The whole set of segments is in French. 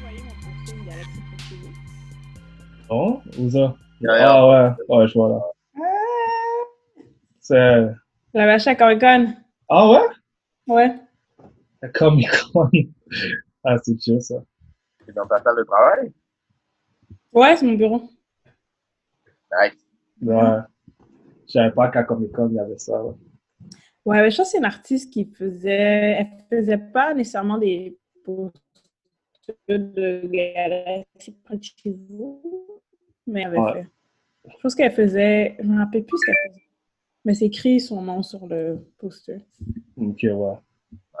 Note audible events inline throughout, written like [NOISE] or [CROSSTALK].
voyez mon profil, il y a l'accès continu. Non, ou ça? Derrière, Ah ouais, ouais, je vois là. C'est... La vache à Comic Con. Ah ouais? Ouais. La Comic Con. [LAUGHS] ah, c'est chill ça. c'est dans ta salle de travail. Ouais, c'est mon bureau. Nice. Ouais. Je savais pas qu'à Comic Con il y avait ça. ouais. Ouais, mais je pense que c'est une artiste qui faisait. Elle faisait pas nécessairement des posters de galaxie près de chez vous, mais elle avait Ouais. fait. Je pense qu'elle faisait. Je me rappelle plus ce qu'elle faisait. Mais c'est écrit son nom sur le poster. Ok, ouais.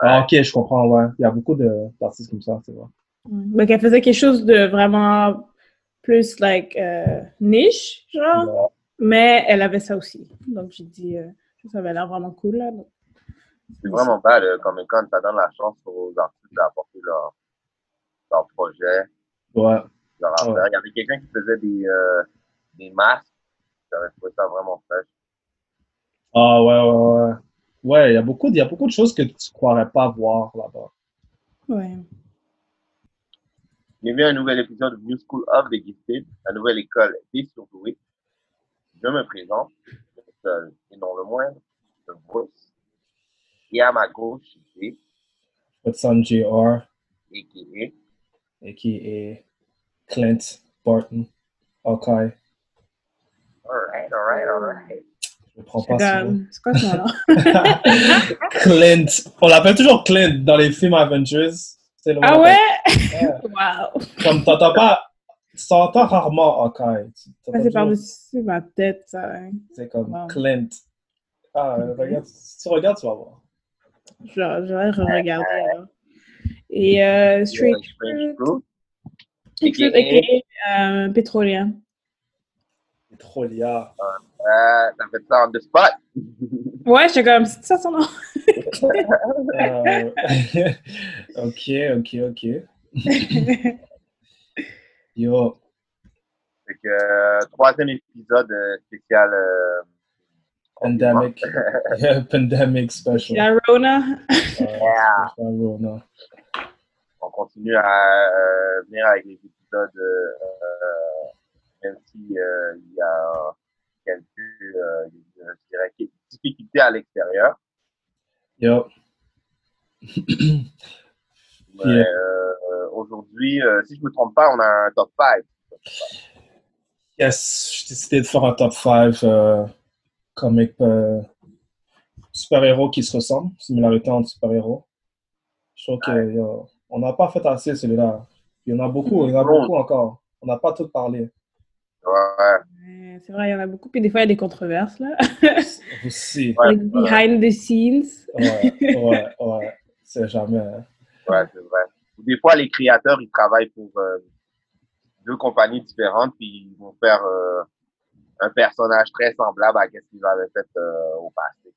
Ah, ok, je comprends, ouais. Il y a beaucoup de- d'artistes comme ça, c'est vrai. Ouais. Donc elle faisait quelque chose de vraiment plus like euh, niche, genre. Ouais. Mais elle avait ça aussi. Donc j'ai dit, euh, ça avait l'air vraiment cool là. Donc, C'est vraiment pas le Comic Con, ça donne la chance aux artistes d'apporter leur, leur projet, Ouais. leur affaire. Ouais. Il y avait quelqu'un qui faisait des, euh, des masques. J'aurais trouvé ça vraiment fraîche. Ah ouais, ouais, ouais. Ouais, il y a beaucoup, de- il y a beaucoup de choses que tu croirais pas voir là-bas. ouais. J'ai vu un nouvel épisode de New School of the Gifted, la nouvelle école des surdoués. Je me présente, le seul et non le moindre, le Bruce. Et à ma gauche, j'ai Hudson Jr. et qui est et qui est Clint Barton. Ok. Alright, alright, alright. Je prends pas souvent. Comme, C'est quoi son nom? [LAUGHS] Clint. On l'appelle toujours Clint dans les films Avengers. C'est le [LAUGHS] [LAUGHS] ah mot. ouais? Waouh! Comme t'entends pas. Tu t'entends rarement Hawkeye. Tu t'entends Ça, c'est toujours- par-dessus ma tête, ça. hein. C'est comme Wow. Clint. Ah, euh, regarde. Si tu regardes, tu vas voir. Je je vais re-regarder. là. Et euh, Street Yeah, Strange Fruit. Street Food, aka, euh, pétrolien. C'est trop liard. Euh, ça fait ça en deux [LAUGHS] spots. Ouais, j'étais comme, c'est ça son [LAUGHS] nom? Euh, [LAUGHS] ok, ok, ok. Yo. [LAUGHS] Fait que, euh, troisième épisode euh, spécial. euh, Pandemic. Pandemic special. La Rona. Euh, Yeah. special Rona. [LAUGHS] on continue à euh, venir avec les épisodes, euh, euh, même si euh, il y a quelques euh, je dirais, quelques difficultés à l'extérieur. Yo. Mais, Yeah. euh, euh, Aujourd'hui, euh, si je me trompe pas, on a un top 5. Yes, j'ai décidé de faire un top 5 euh, comic euh, super-héros qui se ressemblent, similarité entre super-héros. Je trouve qu'on n'a pas fait assez celui-là. Il y en a beaucoup, il y en a Mhm. beaucoup encore. On n'a pas tout parlé. Ouais, Euh, C'est vrai, il y en a beaucoup. Puis des fois, il y a des controverses, là. Aussi. [LAUGHS] Ouais, Les behind the scenes. Ouais, ouais, ouais. C'est jamais. hein. ouais, c'est vrai. Des fois, les créateurs, ils travaillent pour euh, deux compagnies différentes, puis ils vont faire euh, un personnage très semblable à ce qu'ils avaient fait euh, au passé.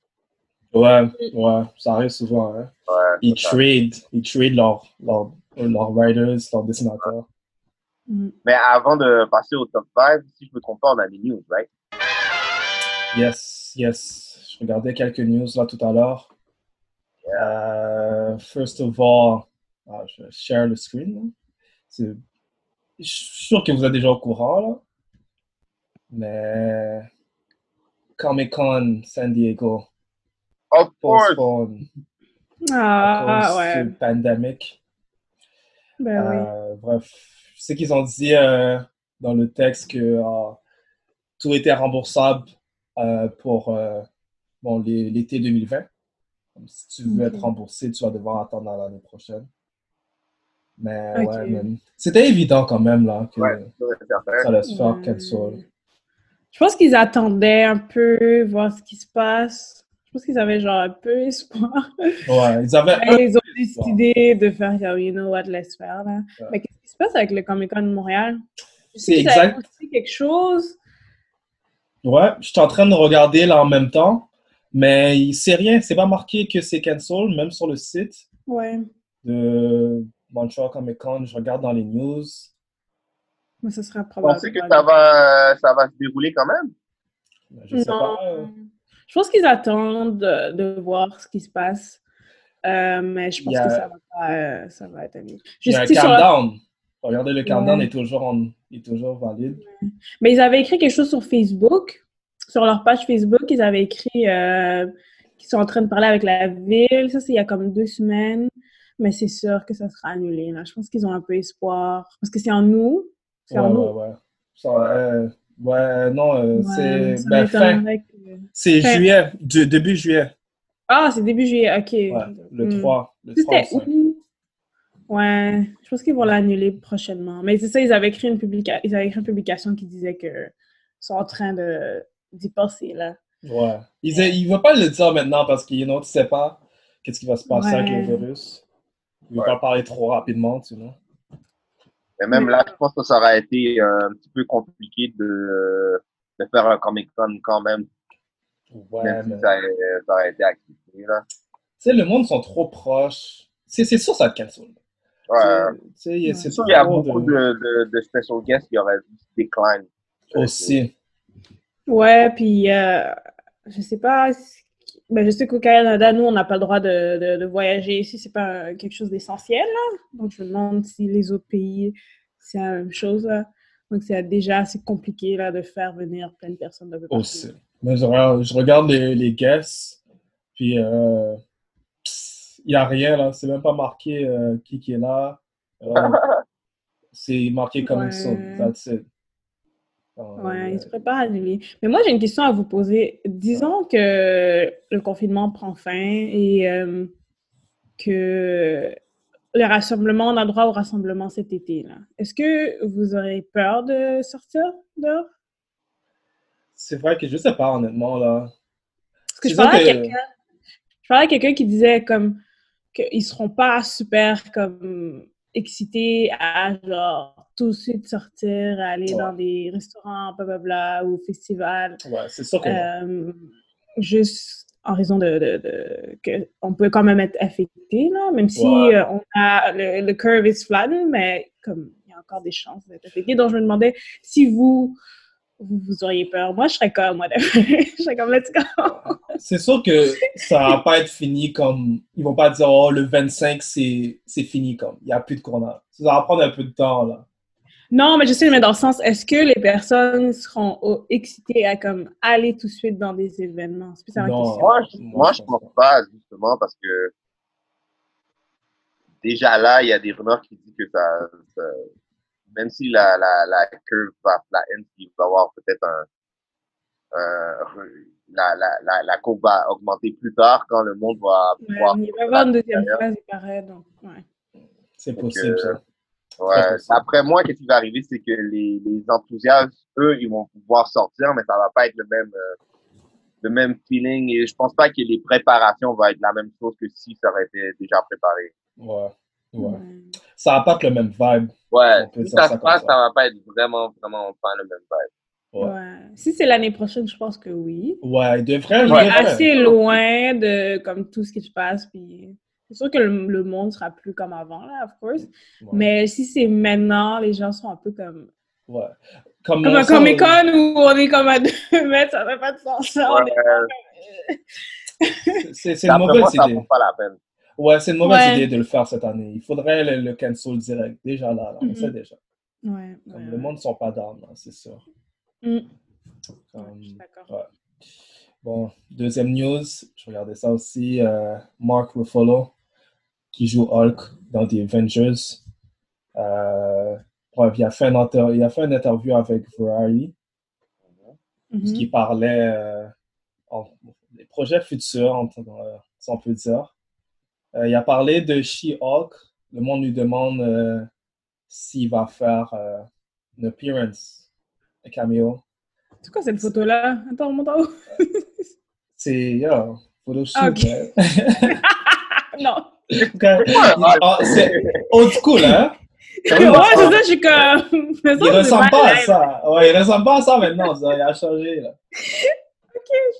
Ouais, ouais, ça arrive souvent. Hein. Ouais, Ils c'est ça. trade, ils trade leurs leur, leur writers, leurs dessinateurs. Mm. Mais avant de passer au top 5, si je me trompe pas, on a les news, right? Yes, yes. Je regardais quelques news là tout à l'heure. Euh, first of all, ah, je share le screen. là. C'est- Je suis sûr que vous êtes déjà au courant, là. Mais Comic Con San Diego, Of course! postpone à Ah, cause ouais. du pandemic. Ben oui. Euh, bref, je sais qu'ils ont dit euh, dans le texte que euh, tout était remboursable euh, pour euh, bon, les- l'été 2020. Donc, si tu veux Ok. être remboursé, tu vas devoir attendre à l'année prochaine. Mais Ok. ouais, man. c'était évident quand même là, que Ouais, ça, c'est certain. ça allait se faire Ouais. qu'elle soit. Je pense qu'ils attendaient un peu, voir ce qui se passe. Je Je pense qu'ils avaient genre un peu [LAUGHS] espoir. Ouais, ils avaient Mais ils ont décidé de faire, genre, you know what, laisse faire. Là. Ouais. Mais qu'est-ce qui se passe avec le Comic Con de Montréal? C'est Ils avaient exact. annoncé quelque chose. Ouais, je suis en train de regarder là en même temps, mais il sait rien, c'est pas marqué que c'est cancel, même sur le site Ouais. de Montreal Comic Con, je regarde dans les news. Mais ce sera Vous probable. pensez que ça va, ça va se dérouler quand même? Je sais Non. pas. euh, Je pense qu'ils attendent de, de voir ce qui se passe. Euh, mais je pense Il y a- que ça va, pas, euh, ça va être annulé. Il y a un Juste sur la- countdown. Regardez, le countdown Ouais. est, toujours en- est toujours valide. Mais ils avaient écrit quelque chose sur Facebook, sur leur page Facebook. Ils avaient écrit euh, qu'ils sont en train de parler avec la ville. Ça, c'est il y a comme deux semaines. Mais c'est sûr que ça sera annulé. Là. Je pense qu'ils ont un peu espoir. Parce que c'est en nous. C'est Ouais, en nous. ouais, ouais. Ça, euh, ouais, non, euh, c'est ben, fin, m'étonnerait que- c'est fin. juillet, du- début juillet. Ah, c'est début juillet. OK. Ouais, le Hmm. 3. Le 3 C'était au 5. où? Ouais, je pense qu'ils vont l'annuler prochainement. Mais c'est ça, ils avaient écrit une, publica... ils avaient écrit une publication qui disait que ils sont en train de d'y penser, là. Ouais. Il ne veut pas le dire maintenant parce qu'il ne sait pas qu'est-ce qui va se passer avec le Ouais. virus. Il ne veut pas parler trop rapidement, tu vois. Mais même là, je pense que ça aurait été euh, un petit peu compliqué de, de faire un Comic Con quand même, Ouais, même mais... si ça, ça aurait été accepté. Là. Tu sais, le monde sont trop proches. C'est c'est sûr que ça te cancel. Ouais. Tu sais, Ouais. c'est C'est sûr sûr qu'il y a beaucoup de, de, de special guests qui auraient vu ce décline. Euh, Aussi. Ouais, puis euh, je sais pas. si- Ben, je sais qu'au Canada, nous, on n'a pas le droit de, de, de voyager ici. C'est pas euh, quelque chose d'essentiel, là. Donc, je me demande si les autres pays, c'est la même chose, là. Donc, c'est déjà assez compliqué, là, de faire venir plein de personnes de peu partout. Aussi. Mais je regarde, je regarde les, les guests, puis euh, pss, il n'y a rien, là. C'est même pas marqué euh, qui, qui est là. [LAUGHS] Euh, c'est marqué comme Ouais. soon. That's it. Euh, Ouais, ils se préparent à l'annuler. Mais moi, j'ai une question à vous poser. Disons que le confinement prend fin et euh, que le rassemblement, on a droit au rassemblement cet été, là. Est-ce que vous aurez peur de sortir dehors? C'est vrai que je sais pas, honnêtement, là. Parce C'est que je sûr parlais à que- quelqu'un, je parlais à quelqu'un qui disait comme qu'ils seront pas super comme excités à genre tout de suite sortir, à aller Ouais. dans des restaurants, blablabla, ou festivals. Ouais, c'est sûr que Euh, juste en raison de, de, de- que on peut quand même être affecté là, même si Ouais. euh, on a le, le curve is flattened, mais comme il y a encore des chances d'être affecté. Donc je me demandais si vous vous, vous auriez peur. Moi, je serais comme, whatever. [LAUGHS] je serais comme, let's go. C'est sûr que ça va pas être fini comme. Ils vont pas dire, oh, le 25, c'est c'est fini comme. Il n'y a plus de corona. Ça va prendre un peu de temps, là. Non, mais je sais, mais dans le sens, est-ce que les personnes seront au- excitées à comme aller tout de suite dans des événements? C'est plus ça ma Non. question. Moi, je, moi, je pense pas, justement, parce que déjà là, il y a des rumeurs qui disent que ça, ça- même si la, la, la curve va flatten, il va y avoir peut-être un, un re- la, la, la, la courbe va augmenter plus tard quand le monde va Ouais, pouvoir. il va y avoir une deuxième phase, il paraît, donc, ouais. C'est Donc, possible, euh, ça. Ouais. Après moi, qu'est-ce qui va arriver, c'est que les, les enthousiastes, eux, ils vont pouvoir sortir, mais ça va pas être le même euh, le même feeling. Et je pense pas que les préparations vont être la même chose que si ça aurait été déjà préparé. Ouais. Ouais. ouais. Mm. Ça va pas être le même vibe. Ouais. On peut Si dire ça ça se comme passe, ça. ça. va pas être vraiment vraiment pas le même vibe. Ouais. Ouais. Si c'est l'année prochaine, je pense que oui. Ouais, il devrait. il On est devrait. assez loin de comme tout ce qui se passe. Puis c'est sûr que le, le monde sera plus comme avant, là, of course. Ouais. Mais si c'est maintenant, les gens sont un peu comme. Ouais. Comme, Comme un ça, Comic Con où on est comme à deux [LAUGHS] mètres, ça n'a pas de sens. là, on est- Euh, C'est c'est une D'après mauvaise moi, ça idée. vaut pas la peine. Ouais, c'est une mauvaise Ouais. idée de le faire cette année. Il faudrait le, le cancel direct. Déjà là, là, on Mhm. sait déjà. Ouais, ouais, Comme ouais. le monde ne sont pas d'âme, là, c'est sûr. Mm. Ouais, Comme- je suis d'accord. euh, Ouais. Bon, deuxième news, je regardais ça aussi. euh, Mark Ruffalo, qui joue Hulk dans The Avengers. Euh, bref, il a, fait un inter- il a fait une interview avec Variety, Mhm. puisqu'il qui parlait euh, en- des projets futurs, en- euh, si on peut dire. Euh, il a parlé de She-Hulk. Le monde lui demande euh, s'il va faire euh, une appearance, un cameo. C'est quoi cette photo-là? Attends, on monte en haut. C'est, yeah, Photoshoot, Ok. man. [LAUGHS] [LAUGHS] non. Okay. Ah, c'est old school, [LAUGHS] hein? Ouais, Oui, bah, c'est ça, je suis comme. [LAUGHS] Mais ça, Il c'est ressemble mal pas à à ça. Ouais, il ressemble pas à ça maintenant. ça, il a changé, là.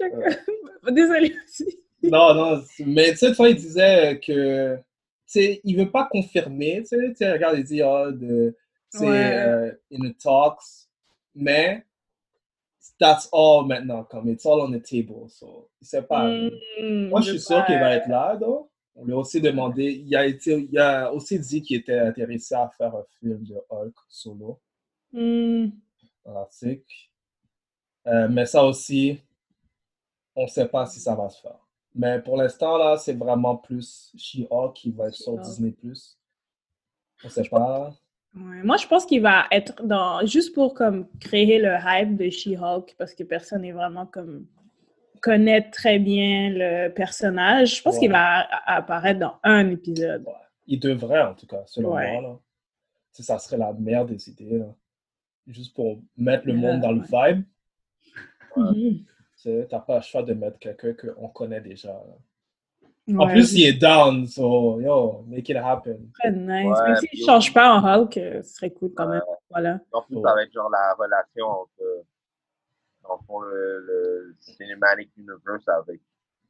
l'aise. [LAUGHS] Désolée aussi. Non, non. c'est- Mais cette fois, il disait que, tu sais, il veut pas confirmer. Tu sais, tu sais, regarde, il dit, ah, de, c'est Ouais. euh, in the talks. Mais, that's all maintenant, comme, it's all on the table. So, il sait pas. Mm, Moi, je suis sûr qu'il pas- va être là, donc. On lui a aussi demandé, il a, été, il a aussi dit qu'il était intéressé à faire un film de Hulk solo, Mm. dans l'article. Euh, mais ça aussi, on ne sait pas si ça va se faire. Mais pour l'instant, là, c'est vraiment plus She-Hulk qui va être sur She-Hulk. Disney+. On ne sait pas. Ouais, Moi, je pense qu'il va être dans. Juste pour comme, créer le hype de She-Hulk, parce que personne n'est vraiment comme. connaît très bien le personnage. Je pense Ouais. qu'il va a- apparaître dans un épisode. Il devrait, en tout cas, selon Ouais. moi. Là. Tu sais, Ça serait la meilleure des idées, là. Juste pour mettre le Ouais, monde dans le vibe. Mhm. Tu sais, t'as pas le choix de mettre quelqu'un qu'on connaît déjà. là. En Ouais, plus, il est down, so yo, make it happen. très nice. Ouais, Même s'il puis ne change pas en Hulk, euh, ce serait cool quand même. Voilà. En plus, Ouais. avec genre la relation entre, dans le fond, le, le Cinematic Universe avec Ouais.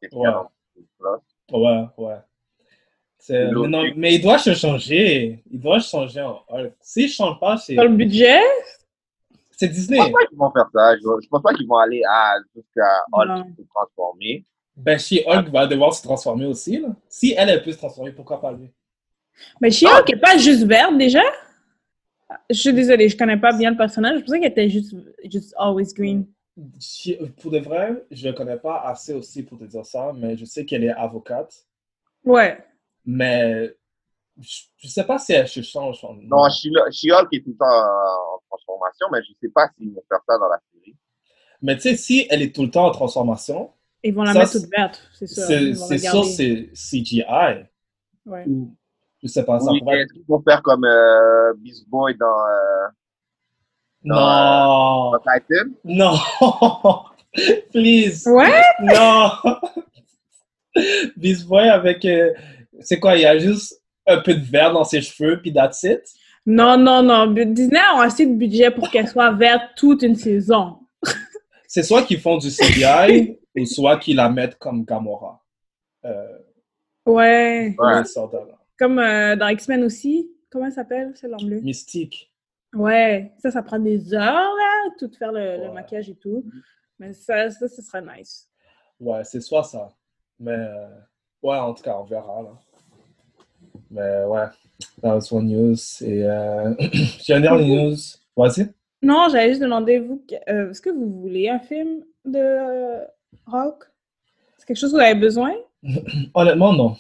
quelqu'un dans Disney Plus. Ouais, ouais. C'est- L'autre- Mais, non, mais il doit se changer. Il doit se changer. en Hulk. S'il ne change pas, c'est Sur le budget? c'est Disney. Je pense pas qu'ils vont faire ça. Je, je pense pas qu'ils vont aller à jusqu'à Non. Hulk qui se transformer. Ben, si Hulk va devoir se transformer aussi. Là. Si elle, elle peut se transformer, pourquoi pas lui? Mais Ah. She-Hulk n'est pas juste verte déjà? Je suis désolée, je ne connais pas bien le personnage. Je pensais qu'elle était juste, juste always green. Si- Pour de vrai, je ne connais pas assez aussi pour te dire ça, mais je sais qu'elle est avocate. Ouais. Mais je ne sais pas si elle se change. en- Non, She- She-Hulk est tout le temps euh, en transformation, mais je sais pas s'ils vont faire ça dans la série. Mais tu sais, si elle est tout le temps en transformation, Ils vont la Ça, mettre c'est- toute verte, c'est sûr. c'est Ils vont c'est la garder. sûr c'est CGI. Ouais. Ou, je sais pas, ça Oui, pourrait mais être- Est-ce qu'ils vont faire comme euh, Beast Boy dans, euh, Non, dans Titan? non, [LAUGHS] please, Ouais? [LAUGHS] non. Beast Boy avec, euh, c'est quoi, il y a juste un peu de vert dans ses cheveux, puis that's it. Non, non, non. Bu- Disney a assez de budget pour qu'elle soit verte toute une saison. C'est soit qu'ils font du CGI, ou soit qu'ils la mettent comme Gamora. Euh, Ouais. Ouais. les soldats, là. Comme euh, dans X-Men aussi. Comment elle s'appelle, celle en bleu? Mystique. Ouais. Ça, ça prend des heures, là, tout faire le, le Ouais. maquillage et tout. Mais ça, ça, ce serait nice. Ouais, c'est soit ça. Mais, euh, ouais, en tout cas, on verra, là. Mais, ouais, that was one news. Et, euh, [CLEARS THROAT] j'ai une dernière news. Vas-y. Non, j'allais juste demander, vous, que- euh, est-ce que vous voulez un film de euh, Hulk? C'est quelque chose que vous avez besoin? Honnêtement, non.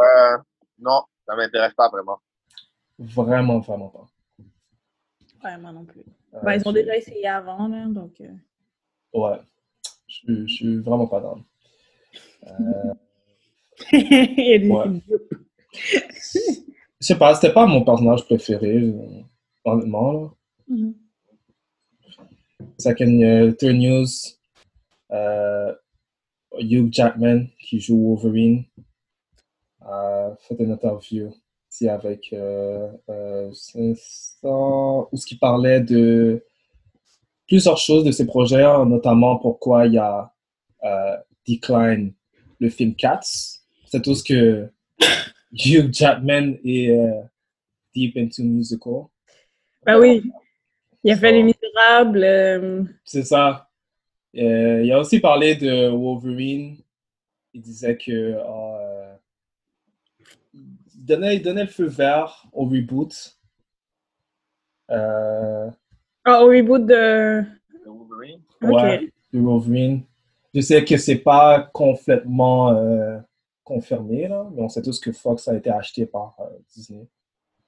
Euh, non, ça m'intéresse pas vraiment. Vraiment, vraiment pas. Ouais, moi non plus. Euh, Ben, ils ont je- déjà essayé avant, là, donc... euh, [LAUGHS] Ouais. Je, je suis vraiment pas down. Euh, Il y a des Ouais. films je sais pas, c'était pas mon personnage préféré, euh, honnêtement. Là. Mhm. Second euh, third news, euh, Hugh Jackman qui joue Wolverine a fait une interview ici avec euh, euh, 500 où ce qui parlait de plusieurs choses de ses projets, hein, notamment pourquoi il y a euh, Decline, le film Cats. C'est tout ce que Hugh Jackman est euh, deep into musical. Ben oui. Il a fait Ça. Les Misérables. euh, C'est ça. Euh, il a aussi parlé de Wolverine. Il disait que ah, euh, il, donnait, il donnait le feu vert au reboot. Euh, Ah, au reboot de... Le Wolverine? Ok. Ouais, de Wolverine. Je sais que c'est pas complètement euh, confirmé, là, mais on sait tous que Fox a été acheté par euh, Disney.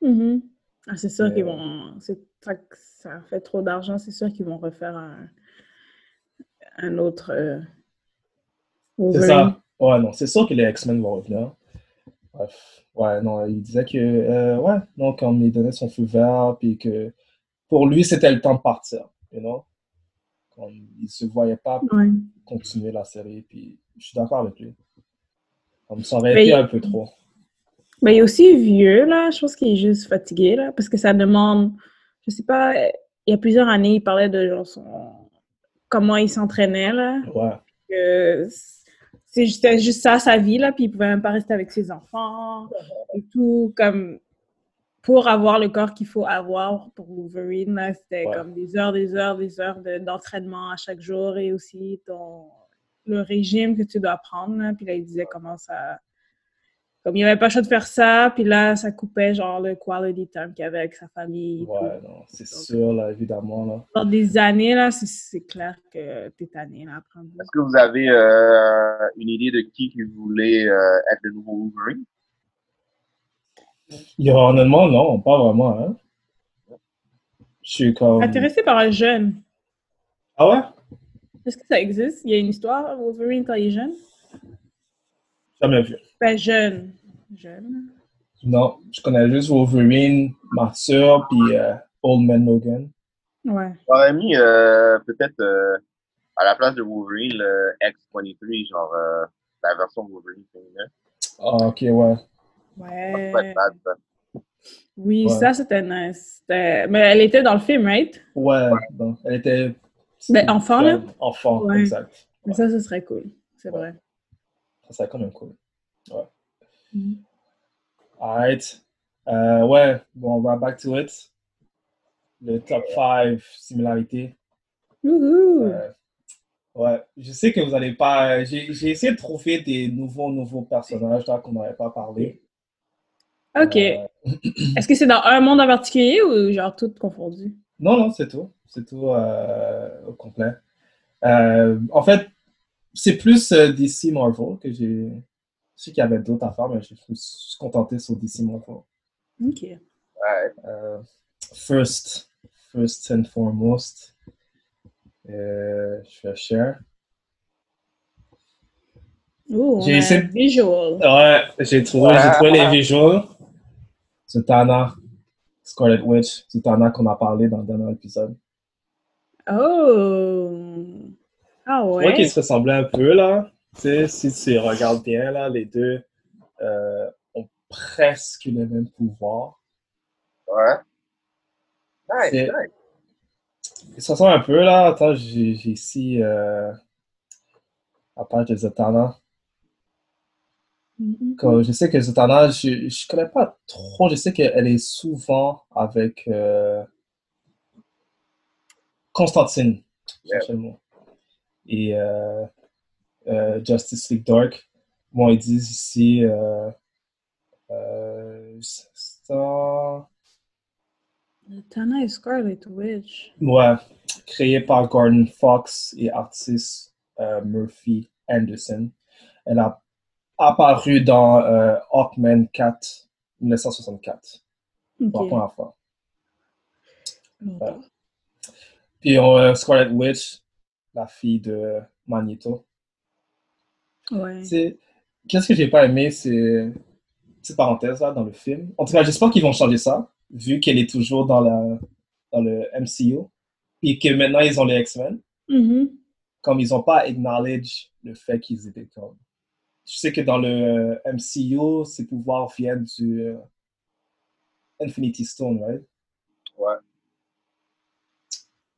Mhm. Ah, c'est sûr Mais, qu'ils euh, vont... c'est- Ça, ça fait trop d'argent, c'est sûr qu'ils vont refaire un, un autre... euh, C'est Wolverine. ça. Ouais, non, c'est sûr que les X-Men vont revenir. Bref. Ouais, non, il disait que, euh, ouais, non, comme il donnait son feu vert, puis que pour lui, c'était le temps de partir, you know? Comme, il se voyait pas Ouais. continuer la série, puis je suis d'accord avec lui. Comme ça aurait été Mais- un peu trop. Ben, il est aussi vieux, là. Je pense qu'il est juste fatigué, là. Parce que ça demande. Je sais pas, il y a plusieurs années, il parlait de genre son- comment il s'entraînait, là. Ouais. que c'est juste, c'était juste ça sa vie là puis il pouvait même pas rester avec ses enfants et tout comme pour avoir le corps qu'il faut avoir pour Wolverine là, c'était Ouais. comme des heures des heures des heures de- d'entraînement à chaque jour et aussi ton le régime que tu dois prendre là. puis là il disait comment ça comme il avait pas le choix de faire ça puis là ça coupait genre le quality time qu'il avait avec sa famille et tout. Ouais, non, c'est sûr, là, évidemment, là. Dans des années là c'est- c'est clair que t'es tanné là après un bout. Est-ce que vous avez euh, une idée de qui qui voulait euh, être le nouveau Wolverine? Et honnêtement, non, pas vraiment, hein. Je suis comme... intéressé par un jeune Ah ouais? Est-ce que ça existe? Il y a une histoire, Wolverine, quand il est jeune? Jamais vu. Ben, jeune. Jeune. Non, je connais juste Wolverine, Masseur, puis euh, Old Man Logan. Ouais. J'aurais mis euh, peut-être euh, à la place de Wolverine, le X-23, genre euh, la version Wolverine féminin. Ah, ok, ouais. Ça Ouais. peut être bad, ça. Oui, Ouais. ça, c'était nice. C'était- Mais elle était dans le film, right? Ouais, non, elle était... Ben, enfant, là? Enfant, Ouais. exact. Mais ça, ce serait cool. C'est Ouais. vrai. Ça serait quand même cool. Ouais. Mhm. Alright. Euh, ouais, bon, on va back to it. Le top 5 similarités. Wouhou! Euh, ouais, je sais que vous n'allez pas. J'ai j'ai essayé de trouver des nouveaux, nouveaux personnages là qu'on n'avait pas parlé. OK. Euh, Est-ce que c'est dans un monde en particulier ou genre tout confondu? non, non, c'est tout. C'est tout euh, au complet. Euh, en fait, c'est plus euh, DC Marvel que j'ai. Je sais qu'il y avait d'autres à faire, mais je me suis contenté sur DC Marvel. OK. Ouais. Uh, first, first and foremost, euh, je fais share. Oh, J'ai on a essayé- un visual. Ouais, j'ai trouvé, j'ai trouvé les visuals. Zatanna, Scarlet Witch, Zatanna qu'on a parlé dans le dernier épisode. Oh! Ah Je trouvais qu'ils ouais? se ressemblaient un peu là. Tu sais, si tu regardes bien là, les deux euh, ont presque le même pouvoir. Ouais. Nice, C'est- nice. Ils se ressemblent un peu là. Attends, j'ai j'ai ici euh, la page de Zatanna. Mhm. Comme, je sais que Zatanna, je ne connais pas trop. Je sais qu'elle est souvent avec euh, Constantine. je cherchais le mot. Et euh, euh, Justice League Dark. Bon, ils disent ici. Euh, euh, Star- Tana et Scarlet Witch. Ouais, créé par Gordon Fox et artiste euh, Murphy Anderson. Elle a apparu dans euh, Hawkman 4, 1964, pour la OK. première fois. Puis on, euh, Scarlet Witch, la fille de Magneto. Ouais. C'est- Qu'est-ce que j'ai pas aimé, c'est petite parenthèse là dans le film. En tout cas, j'espère qu'ils vont changer ça, vu qu'elle est toujours dans la dans le MCU et que maintenant ils ont les X-Men. Mhm. comme ils n'ont pas acknowledge le fait qu'ils étaient comme. Je sais que dans le MCU, ses pouvoirs viennent du euh, Infinity Stone, right? Ouais.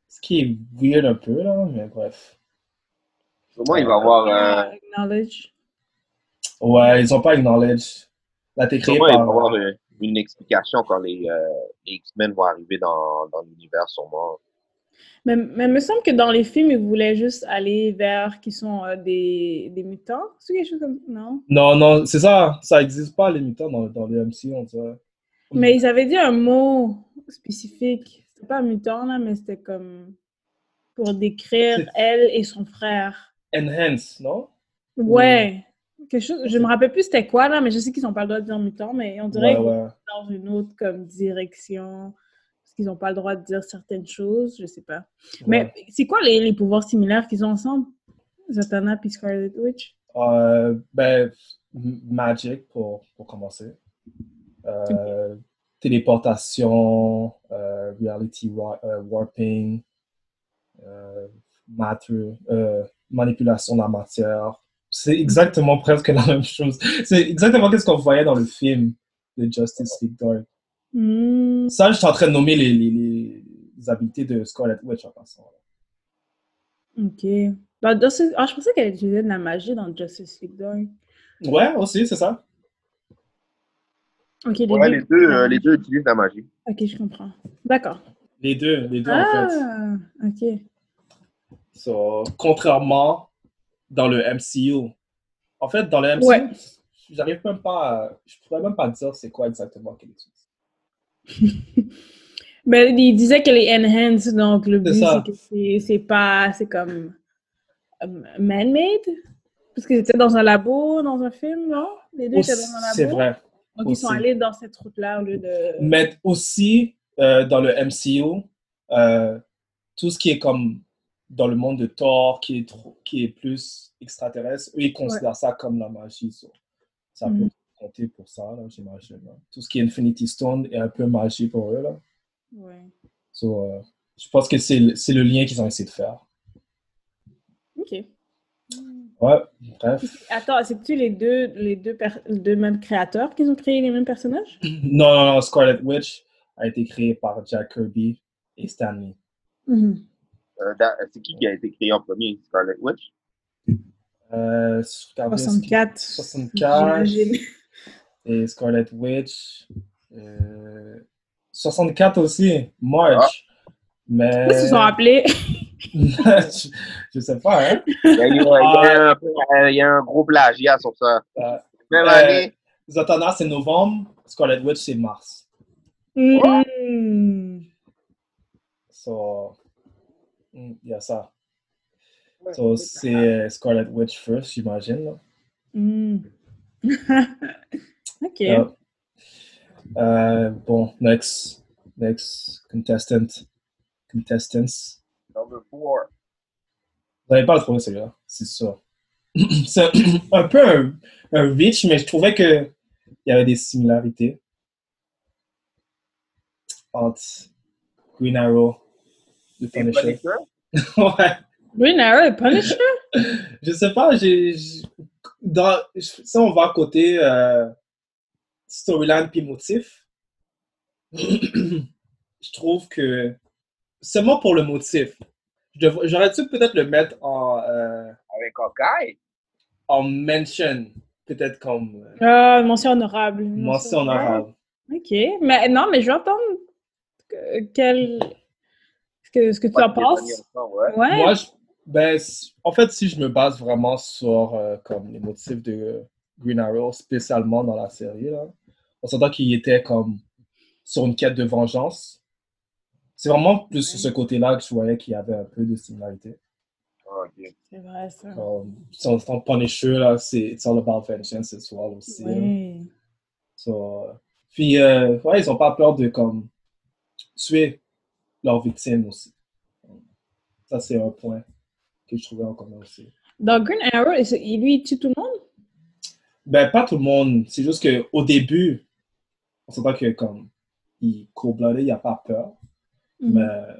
Ce qui est weird un peu, là, mais bref. Au moins, il va avoir. euh, Ah, acknowledge. Ouais, ils n'ont pas acknowledge. Là, t'es créé Sûrement, il va y par. avoir euh, une explication quand les, euh, les X-Men vont arriver dans, dans l'univers, sûrement. Mais, mais il me semble que dans les films, ils voulaient juste aller vers qui sont euh, des, des mutants. C'est quelque chose comme Non. Non, non, c'est ça. Ça n'existe pas, les mutants, dans, dans le MCU, on dirait. Mais ils avaient dit un mot spécifique. C'était pas mutant, là, mais c'était comme pour décrire elle et son frère. Enhance, non? Ouais. Quelque chose, je me rappelle plus c'était quoi, là, mais je sais qu'ils n'ont pas le droit de dire mutant, mais on Ouais, dirait qu'ils ouais. vont dans une autre comme direction. Parce qu'ils n'ont pas le droit de dire certaines choses, je sais pas. ouais. Mais c'est quoi les, les pouvoirs similaires qu'ils ont ensemble? Zatanna puis Scarlet Witch? Euh, ben, m- Magic pour, pour commencer. Euh, Téléportation, euh, reality wa- euh, warping, euh, matter- euh, manipulation de la matière, c'est exactement presque la même chose. C'est exactement ce qu'on voyait dans le film de Justice League Dark. Hmm. Ça, je suis en train de nommer les, les, les habiletés de Scarlet Witch en passant. Ok. Bah, dans ce- ah, je pensais qu'elle utilisait de la magie dans Justice League Dark. Ouais, aussi, c'est ça. Ok, les Ouais, deux. les deux, euh, les deux utilisent la magie. Ok, je comprends. D'accord. Les deux, les deux en fait. Ah, ok. So, contrairement dans le MCU. En fait, dans le MCU, Ouais. j'arrive même pas à- Je pourrais même pas dire c'est quoi exactement qu'elle utilise. Mais il disait qu'elle est enhanced, donc le C'est but, ça. c'est que c'est- c'est pas. C'est comme. euh, man-made? Parce qu'ils étaient dans un labo, dans un film, non? Les deux étaient dans un labo. C'est vrai. Donc ils sont aussi. allés dans cette route-là au lieu de. Mais aussi, euh, dans le MCU, euh, tout ce qui est comme dans le monde de Thor, qui est, trop- qui est plus extraterrestre, eux, ils considèrent ça comme la magie. so. Ça peut Mhm. compter pour ça, là, j'imagine. là. Tout ce qui est Infinity Stone est un peu magie pour eux. Là. Ouais. So, euh, je pense que c'est le- c'est le lien qu'ils ont essayé de faire. Ok. Ouais, bref. Attends, c'est-tu les deux, les deux, per- les deux mêmes créateurs qui ont créé les mêmes personnages? Non, non, non, Scarlet Witch a été créé par Jack Kirby et Stan Lee. Ah, Mhm. Euh, da- c'est qui qui a été créé en premier Scarlet [LAUGHS] Witch Euh, regardez ce qui- 64. 64. J'imagine. et Scarlet Witch. euh, 64 aussi, March. Mais. Pourquoi ils se sont appelés? je, je sais pas, hein. Il y a eu- euh, il y a un- euh, il y a un gros plagiat sur ça. Euh, Même Euh, année, Zatanna, c'est novembre. Scarlet Witch, c'est mars. Oh! Mhm. So. mm, Il y a ça. So, c'est euh, Scarlet Witch first, j'imagine. là. Mm. ok. Yeah. Euh, bon, next. Next contestant. Contestants. number four. Vous n'avez pas le trouvé celui-là, c'est sûr. [CLEARS THROAT] c'est [CLEARS THROAT] un peu un, un reach, mais je trouvais que il y avait des similarités entre Green Arrow et C'est pas Punisher. les deux? [LAUGHS] ouais. Green Arrow et Punisher? Je sais pas, j'ai, j'- dans, si on va côté euh, storyline puis motif, [CLEARS THROAT] je trouve que seulement pour le motif, je devrais- j'aurais dû peut-être le mettre en. euh, Avec Hawkeye. en mention, peut-être comme euh, Ah, mention honorable. Une mention honorable. Ok. Mais non, mais je vais entendre que- quel... ce, que, ce que tu en penses. Ouais. Ouais. Moi, je- ben, s- en fait, si je me base vraiment sur euh, comme les motifs de Green Arrow, spécialement dans la série, là, on s'entend qu'il était comme sur une quête de vengeance. C'est vraiment plus sur ce côté-là que je voyais qu'il y avait un peu de similarité. Ah, ok. C'est vrai, ça. Comme, si on s'entend Punisher, là, c'est It's all about vengeance as well aussi. là. Ouais. So, euh, puis, euh, ouais, ils n'ont pas peur de comme, tuer leurs victimes aussi. Ça, c'est un point que je trouvais en commun aussi. Dans Green Arrow, il se- il- lui, il tue tout le monde? Ben, pas tout le monde. C'est juste qu'au début, on s'entend que comme il court-blooded, il n'a pas peur. Mm-hmm. Mais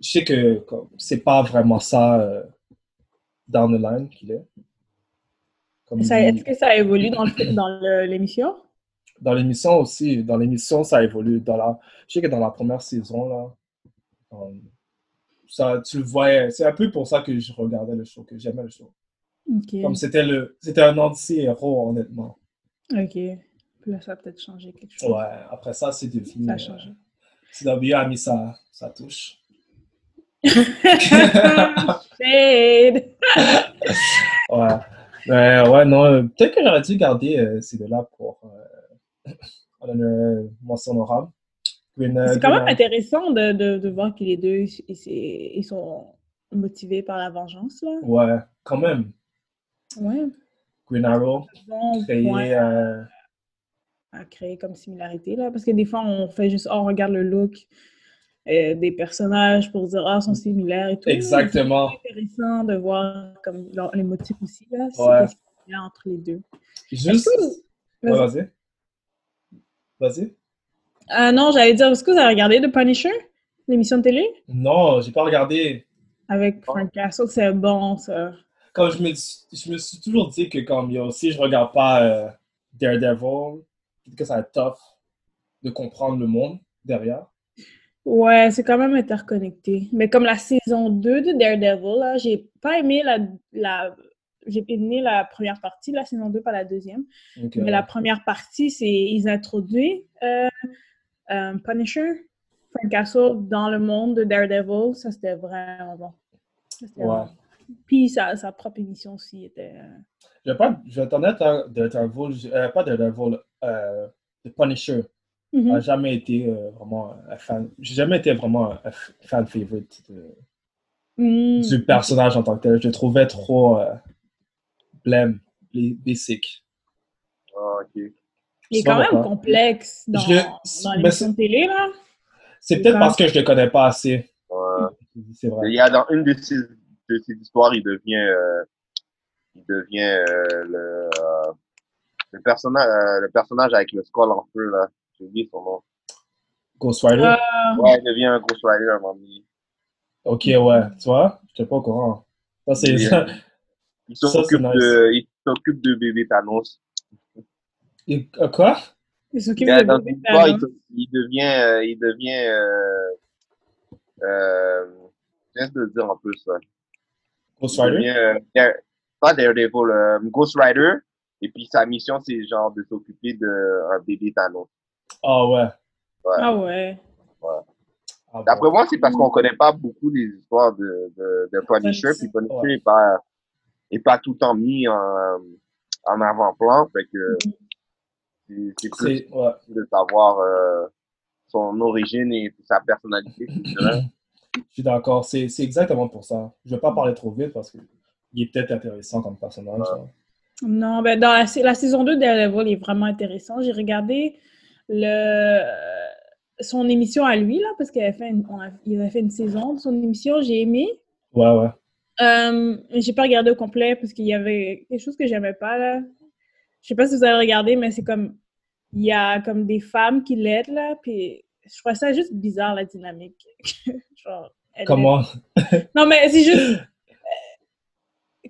je sais que comme, c'est pas vraiment ça euh, down the line qu'il est. Comme Ça- il- Est-ce que ça évolue dans le- dans le- l'émission? Dans l'émission aussi, dans l'émission, ça évolue. Dans la... Je sais que dans la première saison, là, euh, ça, tu le voyais. C'est un peu pour ça que je regardais le show, que j'aimais le show. Ok. Comme c'était le, c'était un anti-héros, honnêtement. Ok. Puis là, ça va peut-être changer quelque chose. Ouais, après ça, c'est devenu. Ça a euh, changé. CW a mis sa, sa touche. [LAUGHS] Shade! Euh, Ouais. Mais ouais, non, euh, peut-être que j'aurais dû garder euh, ces deux-là pour. euh, [LAUGHS] on a une mention honorable. Green, euh, C'est quand Green même Arrow. intéressant de, de, de voir que les deux, ils, ils- ils sont motivés par la vengeance, là. Ouais, quand même. Ouais. Green Arrow, Bon créé. point euh, à créer comme similarité, là. Parce que des fois, on fait juste, oh, on regarde le look euh, des personnages pour dire, ah, ils sont similaires et tout. Exactement. C'est intéressant de voir comme leur- les motifs aussi, là. C'est Ouais. qu'est-ce qu'il y a entre les deux. Juste. Est-ce Ouais, Vas-y. Vas-y. Ah non, j'allais dire, est-ce que vous avez regardé The Punisher, l'émission de télé? Non, j'ai pas regardé. Avec Frank Castle, c'est bon, ça. Comme je me, dis- je me suis toujours dit que comme yo, si je regarde pas euh, Daredevil, peut-être que ça va être tough de comprendre le monde derrière. Ouais, c'est quand même interconnecté. Mais comme la saison 2 de Daredevil, là, j'ai pas aimé la, la... J'ai aimé la première partie de la saison 2, pas la deuxième. Donc, Mais euh, la première partie, c'est ils introduisent euh, euh, Punisher, Frank Castle, dans le monde de Daredevil. Ça, c'était vraiment bon. Ça, c'était Ouais. vraiment bon. Puis sa, sa propre émission aussi était... euh, Je vais pas, je vais être honnête, hein, Daredevil, j- euh, pas Daredevil, euh, The Punisher mhm. n'a jamais été euh, vraiment un fan. J'ai jamais été vraiment un f- fan favorite de- Mm. du personnage en tant que tel. Je le trouvais trop euh, blême, bla- basic. Ah, ok. Il est souvent quand même d'accord. complexe dans, Je le- dans ben, l'émission de télé, là. C'est peut-être parce que je le connais pas assez. Ouais. C'est vrai. Il y a dans une de ces, de ces histoires, il devient, euh, il devient euh, le, euh, le, personnage, euh, le personnage avec le skull en feu, là. J'ai oublié son nom. Ghost Rider. Ouais. Ouais, il devient un gros rider à un moment donné. Ok, ouais. Tu vois, je pas au courant. Ça, c'est Yeah. ça. Il Ça, c'est s'occupe nice. de, il s'occupe de bébé Thanos. Et- euh, quoi? Il Il s'occupe y a de dans bébé une histoire, il, Thanos. s'oc- il devient, euh, il devient, euh, euh, je viens de le dire en plus, ça. Ghost Il Rider? devient, euh, Dare- pas Daredevil, euh, Ghost Rider. Et puis sa mission, c'est genre de s'occuper d'un bébé Thanos. Ah ouais. Ouais. Ah ouais. Ah, D'après bon. moi, c'est parce qu'on connaît pas beaucoup les histoires de, de, de Punisher, puis Punisher n'est pas, est pas tout le temps mis en, en avant-plan, fait que c'est- c'est plus Mhm. C'est- ouais. de savoir euh, son origine et sa personnalité. c'est vrai. Je suis d'accord, c'est c'est exactement pour ça. Je ne vais pas parler trop vite parce qu'il est peut-être intéressant comme personnage. hein. Non, ben dans la, sa- la saison 2 de Daredevil est vraiment intéressant. J'ai regardé le, euh, son émission à lui, là, parce qu'il avait fait une, on a- il avait fait une saison de son émission. J'ai aimé. Ouais, ouais. Euh, j'ai pas regardé au complet parce qu'il y avait quelque chose que j'aimais pas, là. Je sais pas si vous avez regardé, mais c'est comme... Il y a comme des femmes qui l'aident, là, puis je trouvais ça juste bizarre, la dynamique. [LAUGHS] Genre, elle l'aide. Comment Non, mais c'est juste...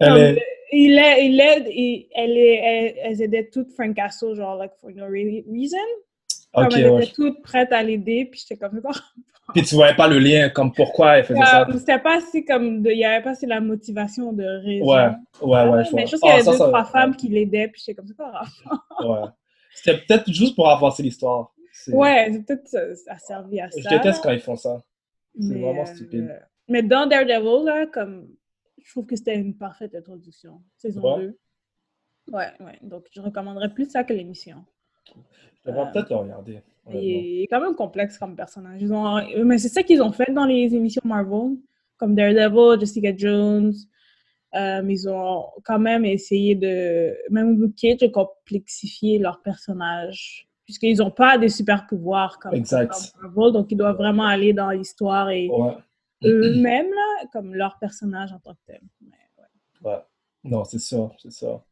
elle Comme, est. Il est, il est, il- elle est, elle- elles aidaient toutes Frank Castle, genre, like, for no re- reason. Comme Ok, elles ouais. étaient toutes prêtes à l'aider, puis j'étais comme, oh, Puis tu voyais pas le lien, comme pourquoi elle faisait ça. comme, c'était pas assez comme, de- il y avait pas assez la motivation de raison. Ouais, ouais, ouais. je vois. mais je pense qu'il y Ah, avait ça, deux, ça- trois femmes qui l'aidaient, puis j'étais comme, c'est pas grave. Ouais. C'était peut-être juste pour avancer l'histoire. C'est- Ouais, c'est peut-être ça, ça a servi à ça. Je déteste quand là, ils font ça. c'est mais, vraiment euh, stupide. mais dans Daredevil, là, comme, je trouve que c'était une parfaite introduction, saison Ouais. 2. Ouais, ouais. Donc, je recommanderais plus ça que l'émission. Je devrais Euh, peut-être le regarder. Il honnêtement. est, il est quand même complexe comme personnage. Ils ont- euh, mais c'est ça qu'ils ont fait dans les émissions Marvel, comme Daredevil, Jessica Jones. Euh, ils ont quand même essayé de, même Luke Cage, de complexifier leur personnage. Puisqu'ils n'ont pas des super pouvoirs comme, Exact. comme Marvel, donc ils doivent vraiment aller dans l'histoire et Ouais, eux-mêmes, Euh, là, comme leur personnage en tant que tel. Mais- ouais. Non, c'est sûr, c'est sûr.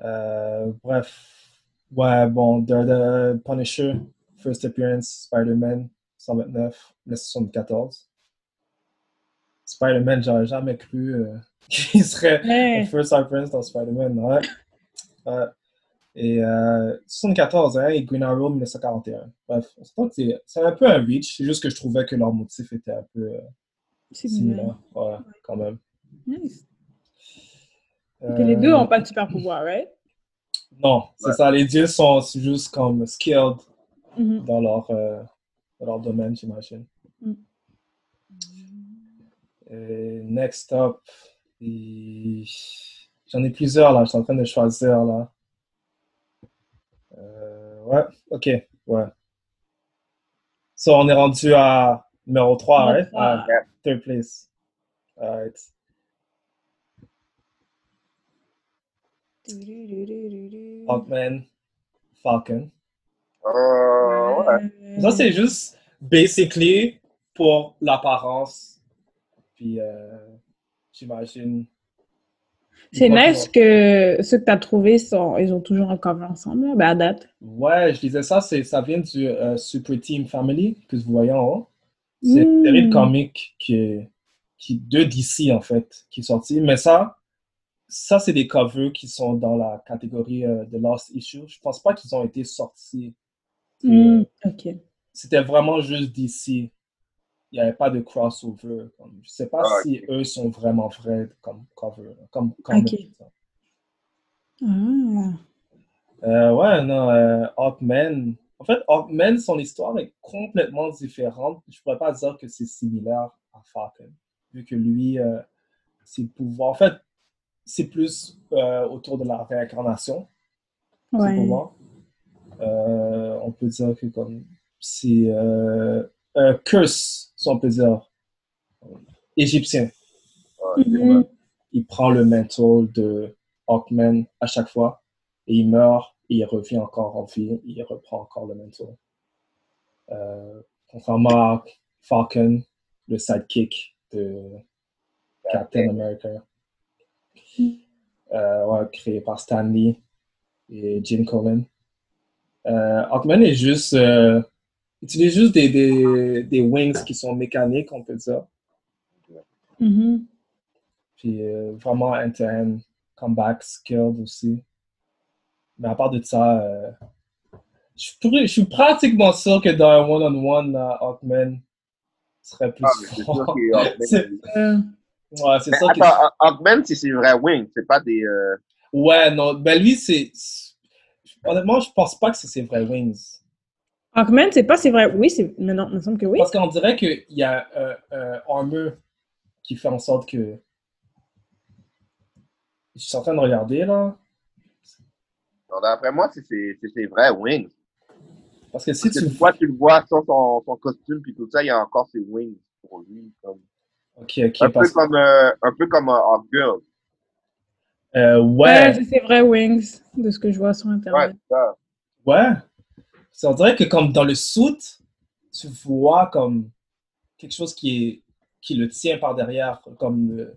Euh, bref. Ouais, bon, The Punisher, First Appearance, Spider-Man, 129, 1974. Spider-Man, j'aurais jamais cru euh, [LAUGHS] qu'il serait le Mais, First Appearance dans Spider-Man, ouais. Ouais. Et euh, 74, hein, et Green Arrow, 1941. Bref, on s'entend que c'est c'est un peu un reach, c'est juste que je trouvais que leur motif était un peu euh, c'est bien. similaire. Ouais, quand même. Nice. Que les Euh, deux n'ont pas de super pouvoir, right? Non, c'est ça. Les dieux sont juste comme skilled Mhm. dans leur, euh, dans leur domaine, j'imagine. Mm. Et next up, et- j'en ai plusieurs là, je suis en train de choisir là. Euh, ouais, ok, ouais. So, on est rendu à numéro 3, Numéro right? trois. Ah, third place. Alright. Hawkman, Falcon. Euh, ouais. Ça, c'est juste basically pour l'apparence. Puis, euh, j'imagine. C'est Pas nice que ceux que tu as trouvés, sont, ils ont toujours un cover ensemble, là, ben à date. Ouais, je disais ça, c'est, ça vient du euh, Super Team Family que vous voyez en haut. C'est Mm. une série de comics qui, est- qui, de DC, en fait, qui est sortie. Mais ça, ça, c'est des covers qui sont dans la catégorie euh, de Lost Issue. Je pense pas qu'ils ont été sortis. Mm, ok. C'était vraiment juste d'ici. Il n'y avait pas de crossover. Comme, je sais pas Ah, si eux sont vraiment vrais comme cover. Comme, comme Ok. Ah. Euh, ouais, non, euh, Hawkman. En fait, Hawkman, son histoire est complètement différente. Je pourrais pas dire que c'est similaire à Falcon, vu que lui, euh, ses pouvoirs, en fait, c'est plus euh, autour de la réincarnation, ses Ouais. pouvoirs. Euh, on peut dire que comme c'est euh, un curse, si on peut dire, euh, égyptien. Mhm. Il prend le manteau de Hawkman à chaque fois et il meurt et il revient encore en vie et il reprend encore le manteau. Euh, contrairement à Falcon, le sidekick de Captain America, euh, ouais, créé par Stan Lee et Jim Cohen. Euh, Hawkman est juste, euh, utilise juste des, des, des wings qui sont mécaniques, on peut dire Mhm. puis euh, vraiment interne, comeback, skilled aussi. Mais à part de ça, euh, je, pourrais- je suis pratiquement sûr que dans un one-on-one, là, Hawkman serait plus Ah, mais c'est sûr fort. [LAUGHS] que Ant-Man- C'est- Euh, Ouais, c'est Mais ça que... attends, Ant-Man, c'est ses vrais wings, c'est pas des. euh, Ouais, non, ben lui, c'est... c'est- Honnêtement, je pense pas que c'est ses vrais wings. Hawkman, c'est pas, c'est vrai. Oui, c'est. Mais non, il me semble que oui. Parce qu'on dirait qu'il y a un, un armor qui fait en sorte que... Je suis en train de regarder, là. non, D'après moi, c'est ses c'est ses vrais wings. Parce que si Parce que tu tu vois, tu le vois sans son, son costume puis tout ça, il y a encore ses wings pour lui. Comme... Ok, ok, Un, peu parce- comme, euh, un peu comme euh, Hawkgirl. Euh, Ouais, ouais, c'est- c'est vrai, Wings, de ce que je vois sur Ouais, Internet. c'est ça. Ouais. Ça on dirait que comme dans le soute, tu vois comme quelque chose qui est qui le tient par derrière, comme le-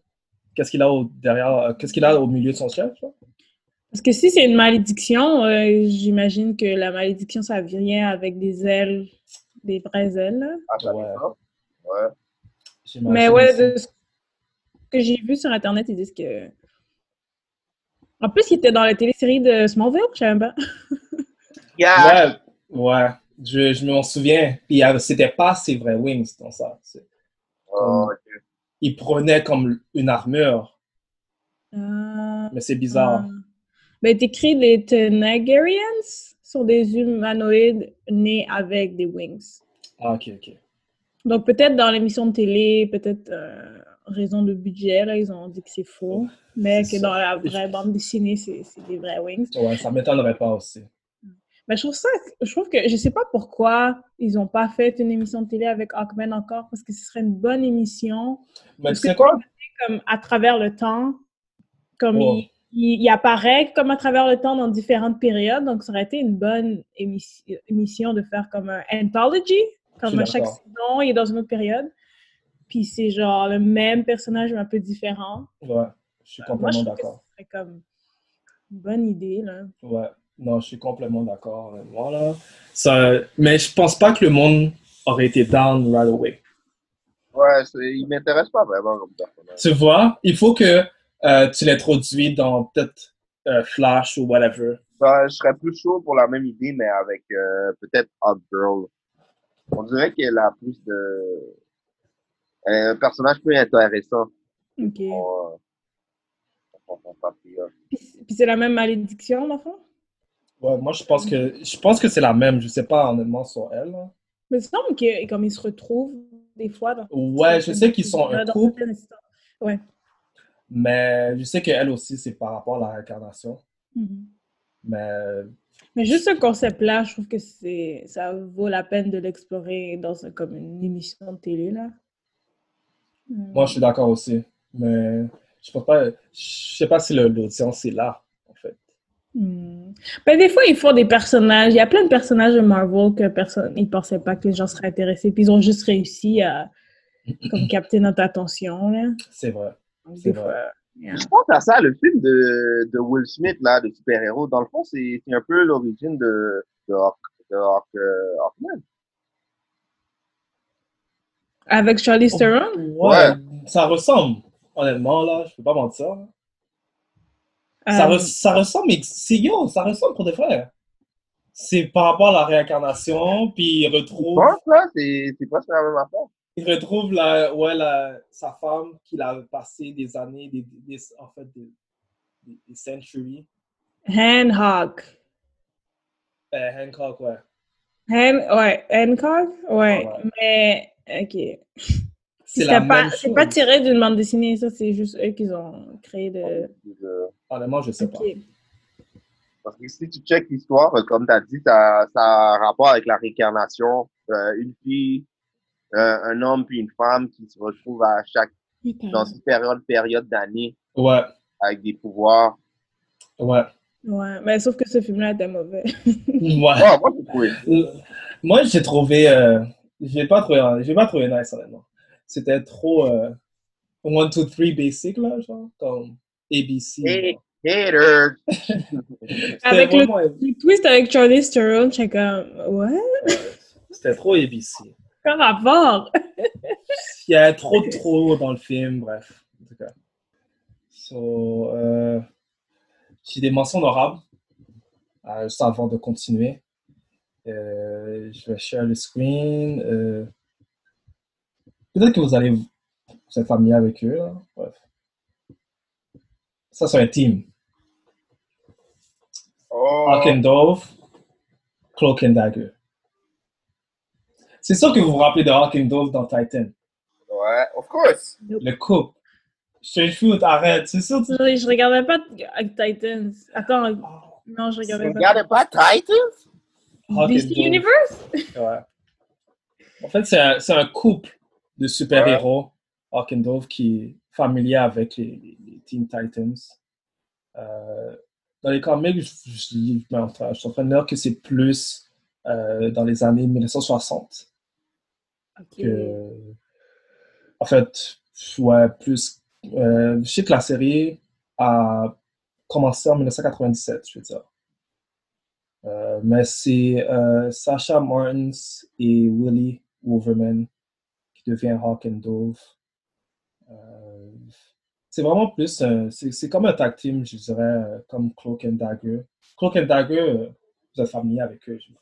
qu'est-ce qu'il a au derrière, euh, qu'est-ce qu'il a au milieu de son chef. là? Parce que si c'est une malédiction, euh, j'imagine que la malédiction, ça vient avec des ailes, des vraies ailes. là. Ah, ça fait Ouais. ça. Ouais. J'imagine Mais ouais, aussi. de ce que j'ai vu sur Internet, ils disent que. En plus, il était dans la télésérie de Smallville, je savais pas. Yeah. Ouais, ouais. Je, je m'en souviens. Puis euh, c'était pas ses vrais wings dans ça. C'est- Oh, ok. Il prenait comme une armure, Ah, mais c'est bizarre. ah. Ben, t'écris les Tenagarians sont des humanoïdes nés avec des Wings. Ah ok ok. Donc peut-être dans l'émission de télé, peut-être euh, raison de budget, là, ils ont dit que c'est faux. Mais que C'est ça. dans la vraie bande dessinée, c'est c'est des vrais Wings. Ouais, ça m'étonnerait pas aussi. Mais je trouve ça, je trouve que, je sais pas pourquoi ils ont pas fait une émission de télé avec Hawkman encore, parce que ce serait une bonne émission, Mais Parce tu sais que- quoi? comme à travers le temps, comme Oh. il, il- il apparaît comme à travers le temps dans différentes périodes, donc ça aurait été une bonne émi- émission de faire comme un anthology, comme suis à chaque d'accord. saison, il est dans une autre période. Puis c'est genre le même personnage, mais un peu différent. Ouais, je suis Moi, je complètement trouve que d'accord. ce serait comme une bonne idée, là. Ouais, non, je suis complètement d'accord. euh, Voilà. Ça, mais je pense pas que le monde aurait été down right away. Ouais, c'est- il m'intéresse pas vraiment comme personnage. Tu vois, il faut que euh, tu l'introduis dans peut-être euh, Flash ou whatever. Ça, je serais plus chaud pour la même idée, mais avec euh, peut-être Hawkgirl. On dirait qu'elle a plus de. elle est Un personnage plus intéressant OK. Oh. pour, euh, pour son patriote. Puis puis c'est la même malédiction, l'enfant? Ouais, moi, je pense que je pense que c'est la même. Je sais pas honnêtement sur elle. là. Mais il semble que comme ils se retrouvent des fois dans Ouais, je sais qu'ils sont dans un couple, certaines histoires. mais je sais qu'elle aussi, c'est par rapport à la réincarnation. Mhm. Mais Mais juste ce concept-là, je trouve que c'est ça vaut la peine de l'explorer dans un- comme une émission de télé là. Mm. moi, je suis d'accord aussi. Mais je pense pas. Je sais pas si le- l'audience est là, en fait. Mm. Ben, des fois, ils font des personnages. Il y a plein de personnages de Marvel que personne, ils pensaient pas que les gens seraient intéressés. Puis ils ont juste réussi à [CLEARS THROAT] comme capter notre attention là. C'est vrai. Donc, C'est des vrai. fois, yeah. Je pense à ça, le film de, de Will Smith, là, de super-héros. Dans le fond, c'est c'est un peu l'origine de, de, Hawk, de Hawk, euh, Hawkman. Avec Oh, Charlie Theron. Ouais, ça ressemble. Honnêtement, là, je peux pas mentir. Ça, euh, re- ça ressemble, mais c'est yo, ça ressemble pour de vrai. C'est par rapport à la réincarnation, puis il retrouve, Bon, là, c'est c'est presque la même affaire. il retrouve la, ouais, la, sa femme qu'il a passé des années, des, des- en fait, des, des, des centuries. Hancock. Euh, Hancock, ouais. Han- ouais, Hancock? Ouais, mais... OK. Ah, C'est C'est la pas, même c'est chose. pas tiré d'une bande dessinée, ça, c'est juste eux qui ont créé Oh. de... Euh, Honnêtement, je sais pas. Ok. Parce que si tu checkes l'histoire, euh, comme tu as dit, ça, ça a rapport avec la réincarnation. Euh, une fille, euh, un homme puis une femme qui se retrouvent à chaque, Putain. dans différentes périodes d'année Ouais, avec des pouvoirs. ouais. Ouais, mais sauf que ce film-là était [LAUGHS] mauvais. Ouais. Oh, moi, j'ai trouvé. Euh, Moi, j'ai trouvé. Euh, j'ai pas trouvé. J'ai pas trouvé nice, honnêtement. C'était trop. Euh, one, two, three, basic, là, genre. Comme ABC. Hey, hater! C'était Avec le- vraiment- euh, Le twist avec Charlie Theron, j'étais comme, ouais, C'était trop ABC. comme rapport. Il y avait trop de trop dans le film, bref. En tout cas. So, euh, j'ai des mentions honorables. Euh, juste avant de continuer. Euh, je vais share le screen. euh. Peut-être que vous allez vous êtes familier avec eux. là. Bref. Ça, c'est un team. Oh, Cloak and Dove, Cloak and Dagger. C'est sûr que vous vous rappelez de Hawk and Dove dans Titan. ouais, of course! Le couple. Strange Fruit, arrête. C'est sûr que tu- Je, je regardais pas Titans. Attends, non, je regardais pas. Regardez pas Titan? Hawk and DC Dove. Universe? Ouais. En fait, c'est un, c'est un couple de super-héros, Hawk and Dove, qui est familier avec les, les- les Teen Titans. Euh, dans les comics, je, je- je lis- je m'en- je suis en train de dire que c'est plus euh, dans les années 1960. Ok. que- en fait, ouais, plus. euh, je sais que la série a commencé en 1997, je veux dire. Euh, mais c'est euh, Sasha Martins et Willie Wolverman qui devient Hawk and Dove. Euh, c'est vraiment plus. un- c'est c'est comme un tag team, je dirais, euh, comme Cloak and Dagger. Cloak and Dagger, euh, vous êtes familier avec eux, j'imagine.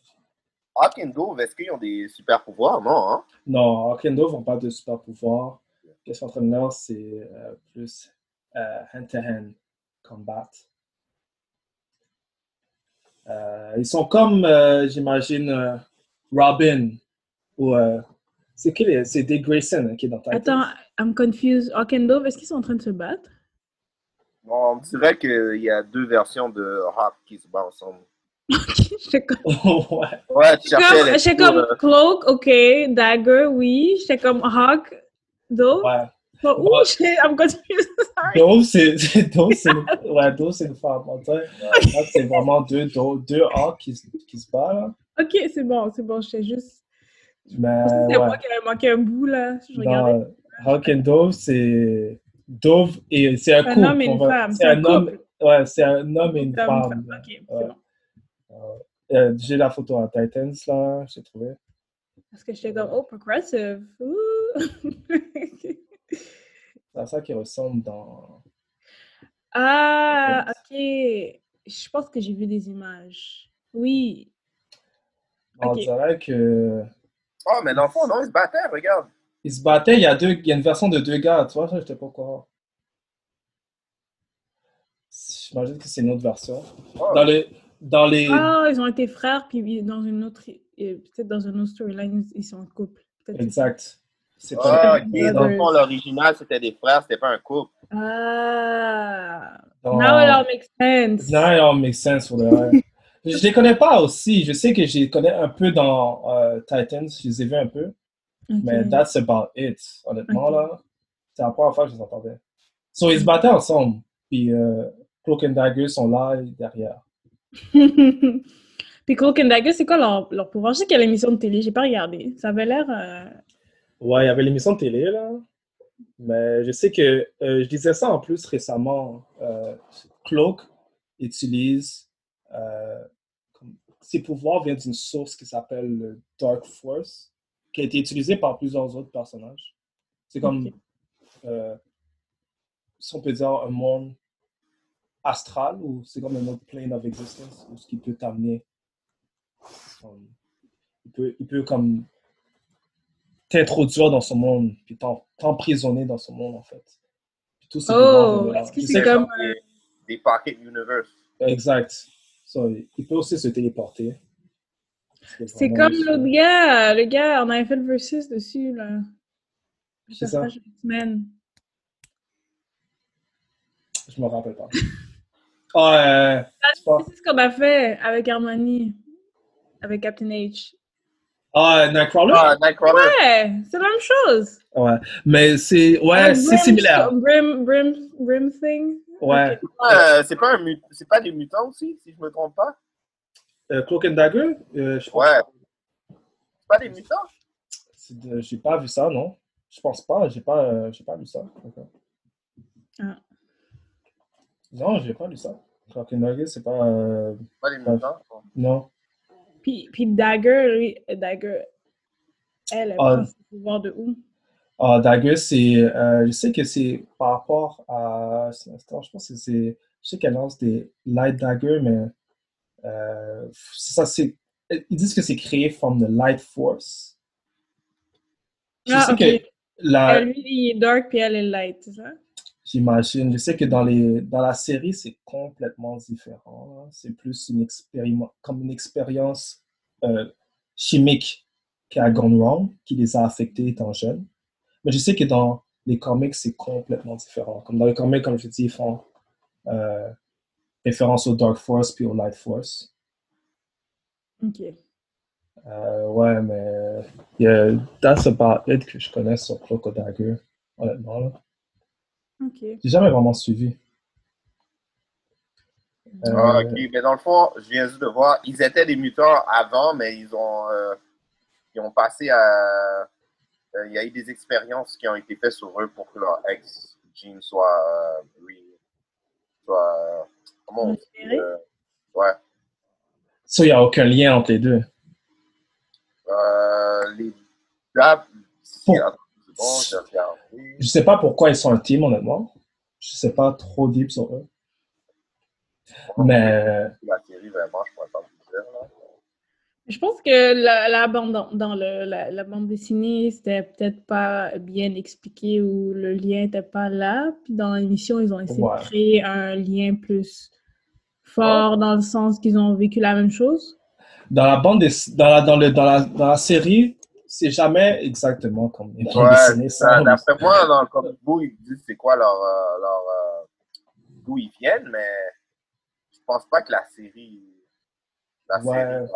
Hawk and Dove, est-ce qu'ils ont des super pouvoirs? Non, hein? Non, Arkendo n'ont pas de super pouvoir. Les entraîneurs, c'est euh, plus euh, hand-to-hand combat. Euh, ils sont comme, euh, j'imagine, euh, Robin ou. euh, c'est qui les- C'est Dick Grayson hein, qui est dans ta Attends, I'm confused. Hawk and Dove, est-ce qu'ils sont en train de se battre? [LAUGHS] Bon, on dirait qu'il y a deux versions de Hawk qui se battent ensemble. J'étais comme, [LAUGHS] ouais. Ouais, tu cherchais les j'étais deux, comme euh, Cloak, ok. Dagger, oui. J'étais comme Hawk, Dove. ouais. Oh, ouh, Bah- j'ai- I'm confused. [LAUGHS] Sorry. Dove, c'est c'est- Dove, c'est une, ouais, Dove, c'est une femme. En [LAUGHS] fait, là, c'est vraiment deux, Dove- deux hawks qui, se- qui se battent. là. Ok, c'est bon, c'est bon. J'étais juste. Mais, C'était Euh, ouais. moi qui avait manqué un bout, là. Je regardais. dans Hawk and Dove, c'est Dove et c'est un C'est un couple. homme et on une va- femme, C'est c'est un, un homme. couple. Ouais, c'est un homme et une Comme une femme. femme. Ok, c'est Ouais. bon. Euh, J'ai la photo à Titans là, j'ai trouvé. Parce que j'étais comme, oh, progressive. Ouh. [LAUGHS] C'est à ça qui ressemble dans. ah, ok. Je pense que j'ai vu des images. Oui. On Ok. dirait que Oh, mais dans le fond, non, ils se battaient, regarde. ils se battaient. Il y a deux, il y a une version de deux gars. Tu vois ça, j'étais pas au courant. J'imagine que c'est une autre version. Oh, Dans les, dans les, Ah, ils ont été frères, puis ils- dans une autre, euh, peut-être dans une autre storyline, ils ils sont en couple. Peut-être c'est ça. exact. C'est Ah, un- [LAUGHS] ok. Dans le fond, l'original, c'était des frères, c'était pas un couple. Ah, dans- now it all makes sense. Non, it all makes sense pour le [LAUGHS] vrai. Je les connais pas aussi. Je sais que je les connais un peu dans euh, Titans. Je les ai vus un peu. Ok. [LAUGHS] Mais that's about it, honnêtement, Ok. là. C'est la première fois que je les entendais. So, ils se battaient ensemble. Puis, euh, Cloak and Dagger sont là et derrière. puis Cloak and Dagger, c'est quoi leur, leur pouvoir? Je sais qu'il y a l'émission de télé, j'ai pas regardé. Ça avait l'air... euh, Ouais, il y avait l'émission de télé, là. Mais je sais que, euh, je disais ça en plus récemment, euh, Cloak utilise, euh, comme- ses pouvoirs viennent d'une source qui s'appelle le Dark Force, qui a été utilisée par plusieurs autres personnages. C'est comme, Ok. euh, si on peut dire, un monde astral ou c'est comme un autre plane of existence ou ce qui peut t'amener. um, il, peut, il peut comme t'introduire dans son monde, puis t'en- t'emprisonner dans son monde en fait. Puis tout Oh, dépend de- est-ce que je c'est sais- comme- euh, Des, des pocket universe. Exact. So, il peut aussi se téléporter. C'est vraiment comme juste- l'autre gars, euh, le gars, on avait fait le versus dessus, là. Le C'est ça. personnage de X-Men. Je me rappelle pas. [LAUGHS] Ah, euh, c'est pas- C'est ce qu'on a fait avec Harmony, avec Captain H. ah, Nightcrawler? Ah, Nightcrawler. Ouais, c'est la même chose. Ouais. Mais c'est ouais, Avec c'est Brim- similaire. Brim, Brim, Brim thing. Ouais. Euh, c'est pas un mut- c'est pas des mutants aussi, si je me trompe pas. Euh, Cloak and Dagger? euh, je pense- Ouais. C'est pas des mutants. c'est de- J'ai pas vu ça, non? Je pense pas. J'ai pas, euh, j'ai pas vu ça. D'accord. Ah. Non, j'ai pas lu ça. Cloak and Dagger, c'est pas. euh, C'est pas des Ouais. mutants. Non. Puis, puis Dagger, lui, euh, Dagger, elle, elle Ah. prend ses pouvoirs de où? Ah, Dagger, c'est. euh, je sais que c'est par rapport à. c'est un instant, je pense que c'est. Je sais qu'elle lance des Light Dagger, mais. euh, c'est ça, c'est. Ils disent que c'est créé from the Light Force. Je Ah, sais ok. que la. Elle, lui, il est dark, puis elle est light, c'est ça? J'imagine. Je sais que dans les dans la série, c'est complètement différent. hein. C'est plus une expériment, comme une expérience euh, chimique qui a gone wrong, qui les a affectés étant jeunes. Mais je sais que dans les comics, c'est complètement différent. Comme dans les comics, comme je dis, ils font euh, référence au Dark Force puis au Light Force. Ok. Euh, ouais, mais yeah, that's about it que je connais sur Cloak Dagger, honnêtement. Là. Ok. J'ai jamais vraiment suivi. Euh, Ah, ok, mais dans le fond, je viens juste de voir, ils étaient des mutants avant, mais ils ont, euh, ils ont passé à. euh, Il y a eu des expériences qui ont été faites sur eux pour que leur ex Jean soit. euh, re- soit euh, comment on dit Récupéré? euh, Ouais. Ça, il n'y a aucun lien entre les deux. Euh, les dates. Pour- c'est- attends, c'est Bon, je regarde. Je sais pas pourquoi ils sont un team, honnêtement. Je sais pas trop deep sur eux. Mais euh, La série, vraiment, je pourrais pas vous dire. Là. Je pense que la, la bande dans, dans le, la, la bande dessinée, c'était peut-être pas bien expliqué ou le lien était pas là. Puis dans l'émission, ils ont essayé Ouais. de créer un lien plus Oh. fort dans le sens qu'ils ont vécu la même chose. dans la bande, dess- dans la, dans le, dans la, dans la série, c'est jamais exactement comme les bandes Ouais, dessinées Ça, sont. D'après moi, dans le comic book, ils disent c'est quoi leur. euh, leur euh, d'où ils viennent, mais je pense pas que la série. La Ouais. série euh,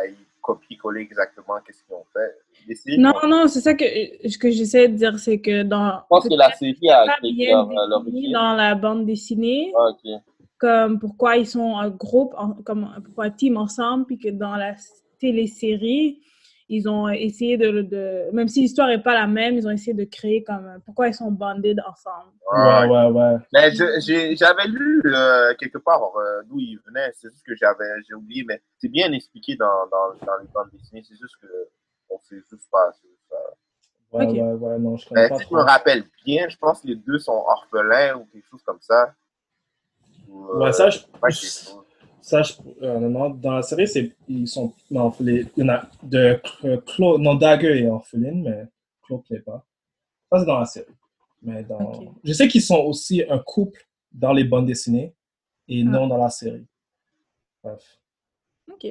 aille copier-coller exactement qu'est-ce qu'ils ont fait. Les séries Non, font- non, c'est ça que, ce que j'essaie de dire, c'est que dans, Je pense que la série a pas créé bien leur, euh, leur défini dans la bande dessinée, Ah, ok. comme pourquoi ils sont un groupe, en- comme pourquoi un team ensemble, puis que dans la s- télésérie, ils ont essayé de, de- même si l'histoire n'est pas la même, ils ont essayé de créer comme euh, pourquoi ils sont bandés ensemble. Ouais, ouais, Ouais. ouais. Mais je- j'ai- j'avais lu euh, quelque part euh, d'où ils venaient, c'est juste que j'avais j'ai oublié, mais c'est bien expliqué dans, dans, dans les bandes dessinées, c'est juste que on sait juste pas. c'est juste, euh, Ouais, Ok. ouais, ouais, non, je connais Mais pas Euh, si je me trop. rappelle bien, je pense que les deux sont orphelins ou quelque chose comme ça. Ou, euh, Ouais, ça, je, ouais, quelque chose. ça, je, euh, non, dans la série, c'est, ils sont, non, les, il y en a de, Clo- Clo- non, Dagger est orpheline, mais Claude l'est pas. Ça, c'est dans la série. Mais dans, Ok. je sais qu'ils sont aussi un couple dans les bandes dessinées et Ah. non dans la série. Bref. Ok.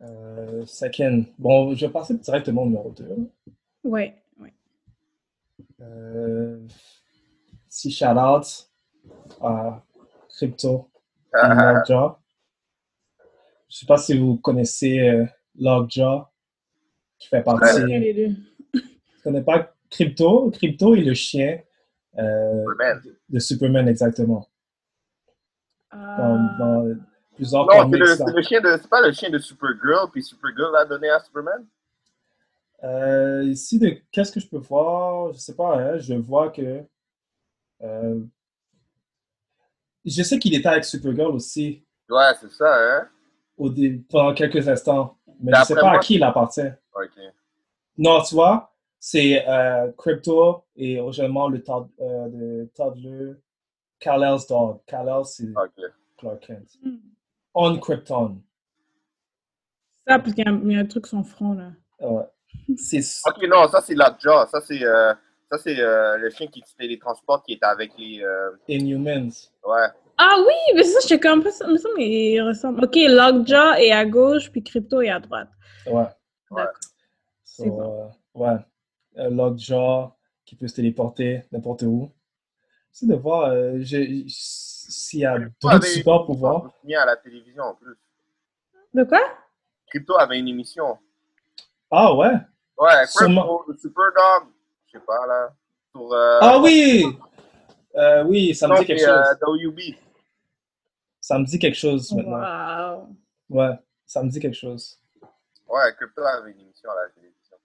Euh, second. Bon, je vais passer directement au numéro 2. Ouais. ouais. Euh, si shout out à Crypto. et Ah, Lockjaw. Je sais pas si vous connaissez euh, Lockjaw, qui fait partie. Chacun Je des deux. connais pas Crypto. Crypto est le chien euh, Superman. de Superman, exactement. Dans, Ah, dans plusieurs Non, c'est comics. le, dans- c'est le chien de, c'est pas le chien de Supergirl, puis Supergirl l'a donné à Superman. Euh, ici, de... qu'est-ce que je peux voir? Je sais pas, hein, je vois que. euh, Je sais qu'il était avec Supergirl aussi Ouais, c'est ça, hein. au dé- pendant quelques instants, mais je sais D'après pas à moi, qui il appartient. Ok. Non, tu vois, c'est euh, Crypto et originellement le Todd- euh, le toddler Kal-El's dog. Kal-El, c'est Ok. Clark Kent. Hmm. On Krypton. Ça, parce qu'il y, a un- il y a un truc sur son front, là. [LAUGHS] Ouais. C'est Ok, non, ça c'est Lockjaw. Ça c'est euh, ça, c'est, euh, le chien qui se télétransporte qui est avec les. euh, Inhumans. ouais. Ah oui, mais ça, j'étais comme... Mais ça, mais il ressemble... OK, Lockjaw est à gauche, puis Crypto est à droite. Ouais. Ouais. So, C'est bon. euh, ouais. Euh, Lockjaw qui peut se téléporter n'importe où. C'est de voir euh, j'ai- s'il y a Ouais, d'autres mais- super pouvoirs. Bien à la télévision en plus. De quoi? Crypto avait une émission. Ah ouais. Ouais, Sûrement. Crypto, le Superdog. Je sais pas là. Sur, euh, Ah oui. Euh, oui, ça me non, dit quelque c'est, euh, chose. WB. Ça me dit quelque chose maintenant. Wow. Ouais, ça me dit quelque chose. Ouais, Crypto avait une émission à la télévision.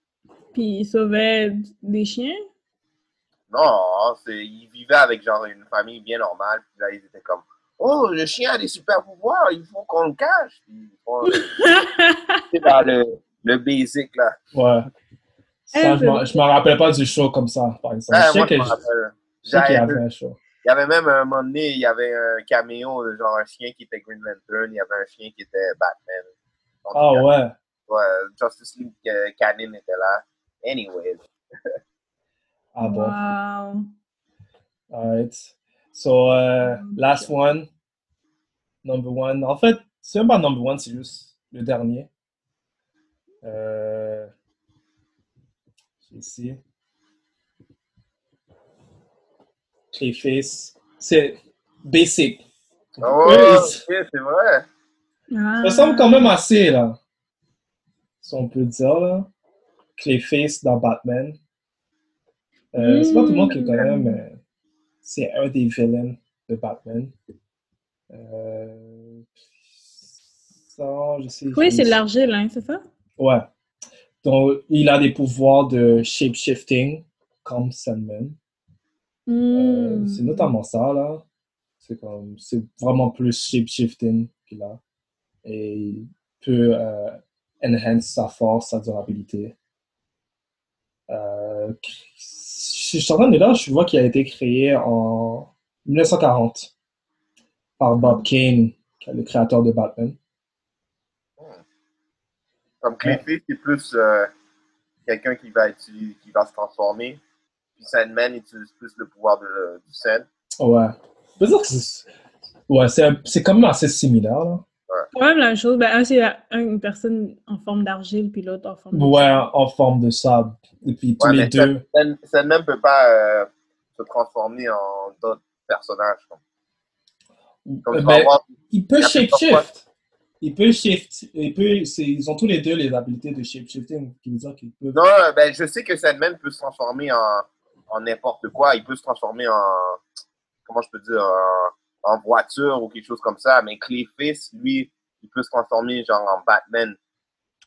Puis il sauvait des chiens. Non, hein, c'est, ils vivaient avec genre une famille bien normale. Puis là, ils étaient comme Oh, le chien a des super pouvoirs, il faut qu'on le cache. Puis ils [LAUGHS] font, euh, c'est dans le, le basic là. Ouais. Ça, Eh, je m'en- je m'en rappelle pas du show comme ça, par exemple. Ouais, je sais moi, je que me je- rappelle. je sais qu'il y J'avais- avait un show. Il y avait même un moment donné, il y avait un caméo, de genre un chien qui était Green Lantern, il y avait un chien qui était Batman. En tout Ah cas, ouais. ouais, Justice League euh, Canin était là. Anyways. Ah bon. Wow. All right. So, uh, last one. Number one. En fait, c'est même pas number one, c'est juste le dernier. Euh, c'est ici. Clayface. C'est basic. Oh, Clayface. ok, c'est vrai. Ça Ah. ressemble quand même assez, là. Si on peut dire, là. Clayface dans Batman. Euh, C'est pas tout le monde qui le connaît, mais euh, c'est un des villains de Batman. Euh... Ça, je sais. Oui, je- c'est de l'argile, hein, c'est ça? Ouais. Donc, il a des pouvoirs de shape-shifting, comme Sandman. Euh, Hmm. c'est notamment ça, là. C'est comme, c'est vraiment plus shape-shifting qu'il a. Et il peut euh, enhance sa force, sa durabilité. Euh, je suis en train de là, je vois qu'il a été créé en 1940 par Bob Kane, qui est le créateur de Batman. Comme Clayface, c'est plus euh, quelqu'un qui va, être, qui va se transformer. Puis Sandman utilise plus le pouvoir de, du Sand. Ouais. Je peux dire que c'est- Ouais, c'est un- c'est quand même assez similaire, là. Quand même la même chose. Ben, un, c'est la- un, une personne en forme d'argile, puis l'autre en forme de... Ouais, en forme de sable. Et puis tous Ouais, les mais deux. Sand- Sandman peut pas euh, se transformer en d'autres personnages. Comme, comme Euh, tu vas ben, voir, Il peut Il y a plusieurs shapeshift. Il peut shift. Il peut, c'est- ils ont tous les deux les habilités de shapeshifting, qui veut dire qu'ils peuvent. Non, euh, ben, je sais que Sandman peut se transformer en, en n'importe quoi. Il peut se transformer en, comment je peux dire, en, en voiture ou quelque chose comme ça. Mais Clayface, lui, il peut se transformer genre en Batman.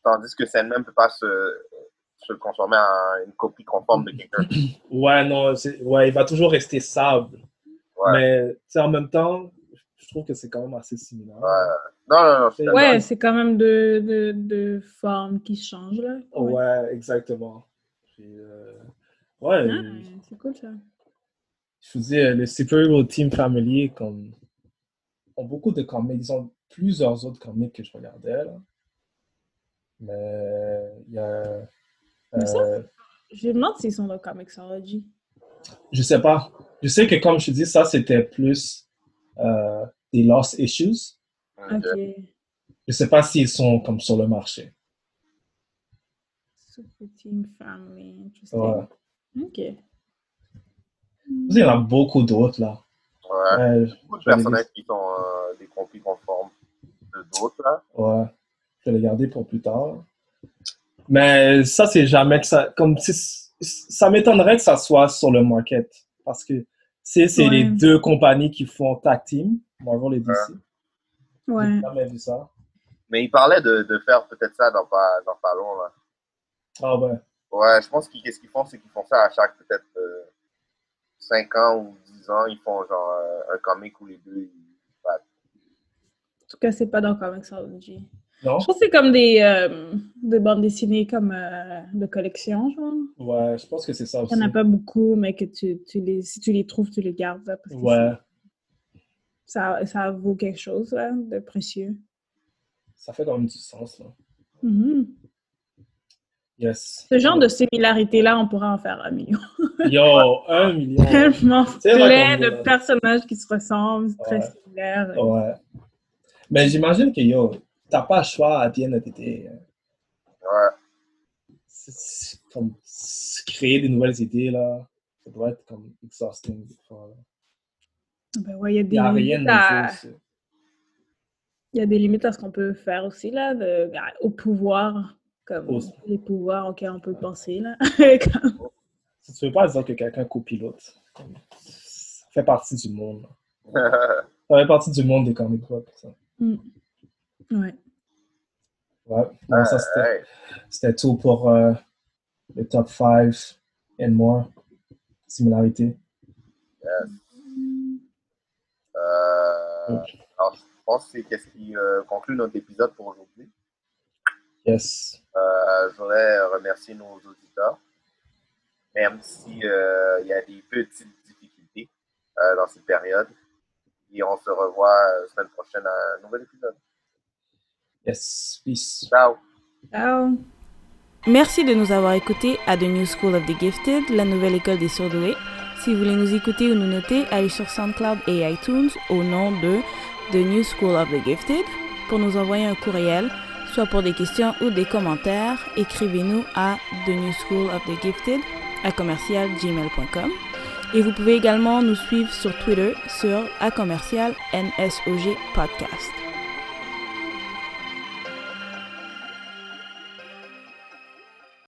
Tandis que Sandman ne peut pas se, se transformer en une copie conforme de quelqu'un. Ouais, non, c'est- ouais, il va toujours rester sable. Ouais. Mais tu sais, en même temps, je trouve que c'est quand même assez similaire. Ouais. Non, non, non, je suis d'accord. Ouais, c'est quand même deux de, de formes qui changent, là. Ouais, exactement. Puis, euh, ouais, Ah, c'est cool, ça. je vous dis, euh, le Superhero Team Family, comme, ont beaucoup de comics. Ils ont plusieurs autres comics que je regardais, là. Mais, il y a. Mais ça, euh, Je me demande s'ils sont dans Comixology. Je sais pas. Je sais que, comme je te dis, ça, c'était plus euh, des lost issues. Euh, Ok. Je sais pas s'ils sont comme sur le marché. Super Team Family, interesting. Ouais. Ok. Il y en a beaucoup d'autres, là. Ouais. Ouais, Beaucoup de j'avais dit- personnages qui sont euh, des copies conformes de d'autres. là. ouais. Je vais les garder pour plus tard. Mais ça, c'est jamais que ça... Comme, c'est- ça m'étonnerait que ça soit sur le market. Parce que, c'est c'est les Ouais. deux compagnies qui font tag team, Marvel et DC. Ouais. J'ai jamais vu ça. Mais il parlait de, de faire peut-être ça dans pas, dans pas long. Là. Ah ouais. Ouais, je pense qu'ils qu'est-ce qu'ils font, c'est qu'ils font ça à chaque peut-être 5 ans ou 10 ans, ils font genre euh, un comic où les deux ils battent. En tout cas, c'est pas dans Comixology. Non? Je pense que c'est comme des, euh, des bandes dessinées comme euh, de collection, genre. Ouais, je pense que c'est ça aussi. Il n'y en a pas beaucoup, mais que tu, tu les, si tu les trouves, tu les gardes. là, parce que Ouais. ça, ça vaut quelque chose là, de précieux. Ça fait quand même du sens. Là. Mhm. Yes. Ce genre de similarité-là, on pourrait en faire un million. Yo, un million. [LAUGHS] Tellement C'est vrai plein qu'on de peut- personnages qui se ressemblent, très Ouais. similaires. Ouais. Mais j'imagine que yo, t'as pas le choix à bien été. Ouais. c'est- c'est comme se créer des nouvelles idées là, ça doit être comme exhausting des fois. là. Ben ouais, il y a des Il n'y a rien limites dans à... le jeu. c'est- Il y a des limites à ce qu'on peut faire aussi, là, de- à- au pouvoir, comme Au- les pouvoirs auxquels on peut penser, là. [LAUGHS] Comme- Si tu veux pas dire que quelqu'un copilote, comme, ça fait partie du [LAUGHS] monde. là. Ça fait partie du monde des comic books. ça. ouais. Ouais. Bon, ça, c'était- Ouais. c'était tout pour euh, le top 5 and more. Similarité. Euh, alors, je pense que c'est qu'est-ce qui euh, conclut notre épisode pour aujourd'hui. Yes. Euh, je voudrais remercier nos auditeurs, même si euh, il y a des petites difficultés euh, dans cette période. Et on se revoit la semaine prochaine à un nouvel épisode. Yes. Peace. Ciao! Ciao! Merci de nous avoir écoutés à The New School of the Gifted, la nouvelle école des surdoués. Si vous voulez nous écouter ou nous noter, allez sur SoundCloud et iTunes au nom de The New School of the Gifted pour nous envoyer un courriel, soit pour des questions ou des commentaires. Écrivez-nous à The New School of the Gifted à commercialgmail.com. Et vous pouvez également nous suivre sur Twitter sur à commercial NSOG Podcast.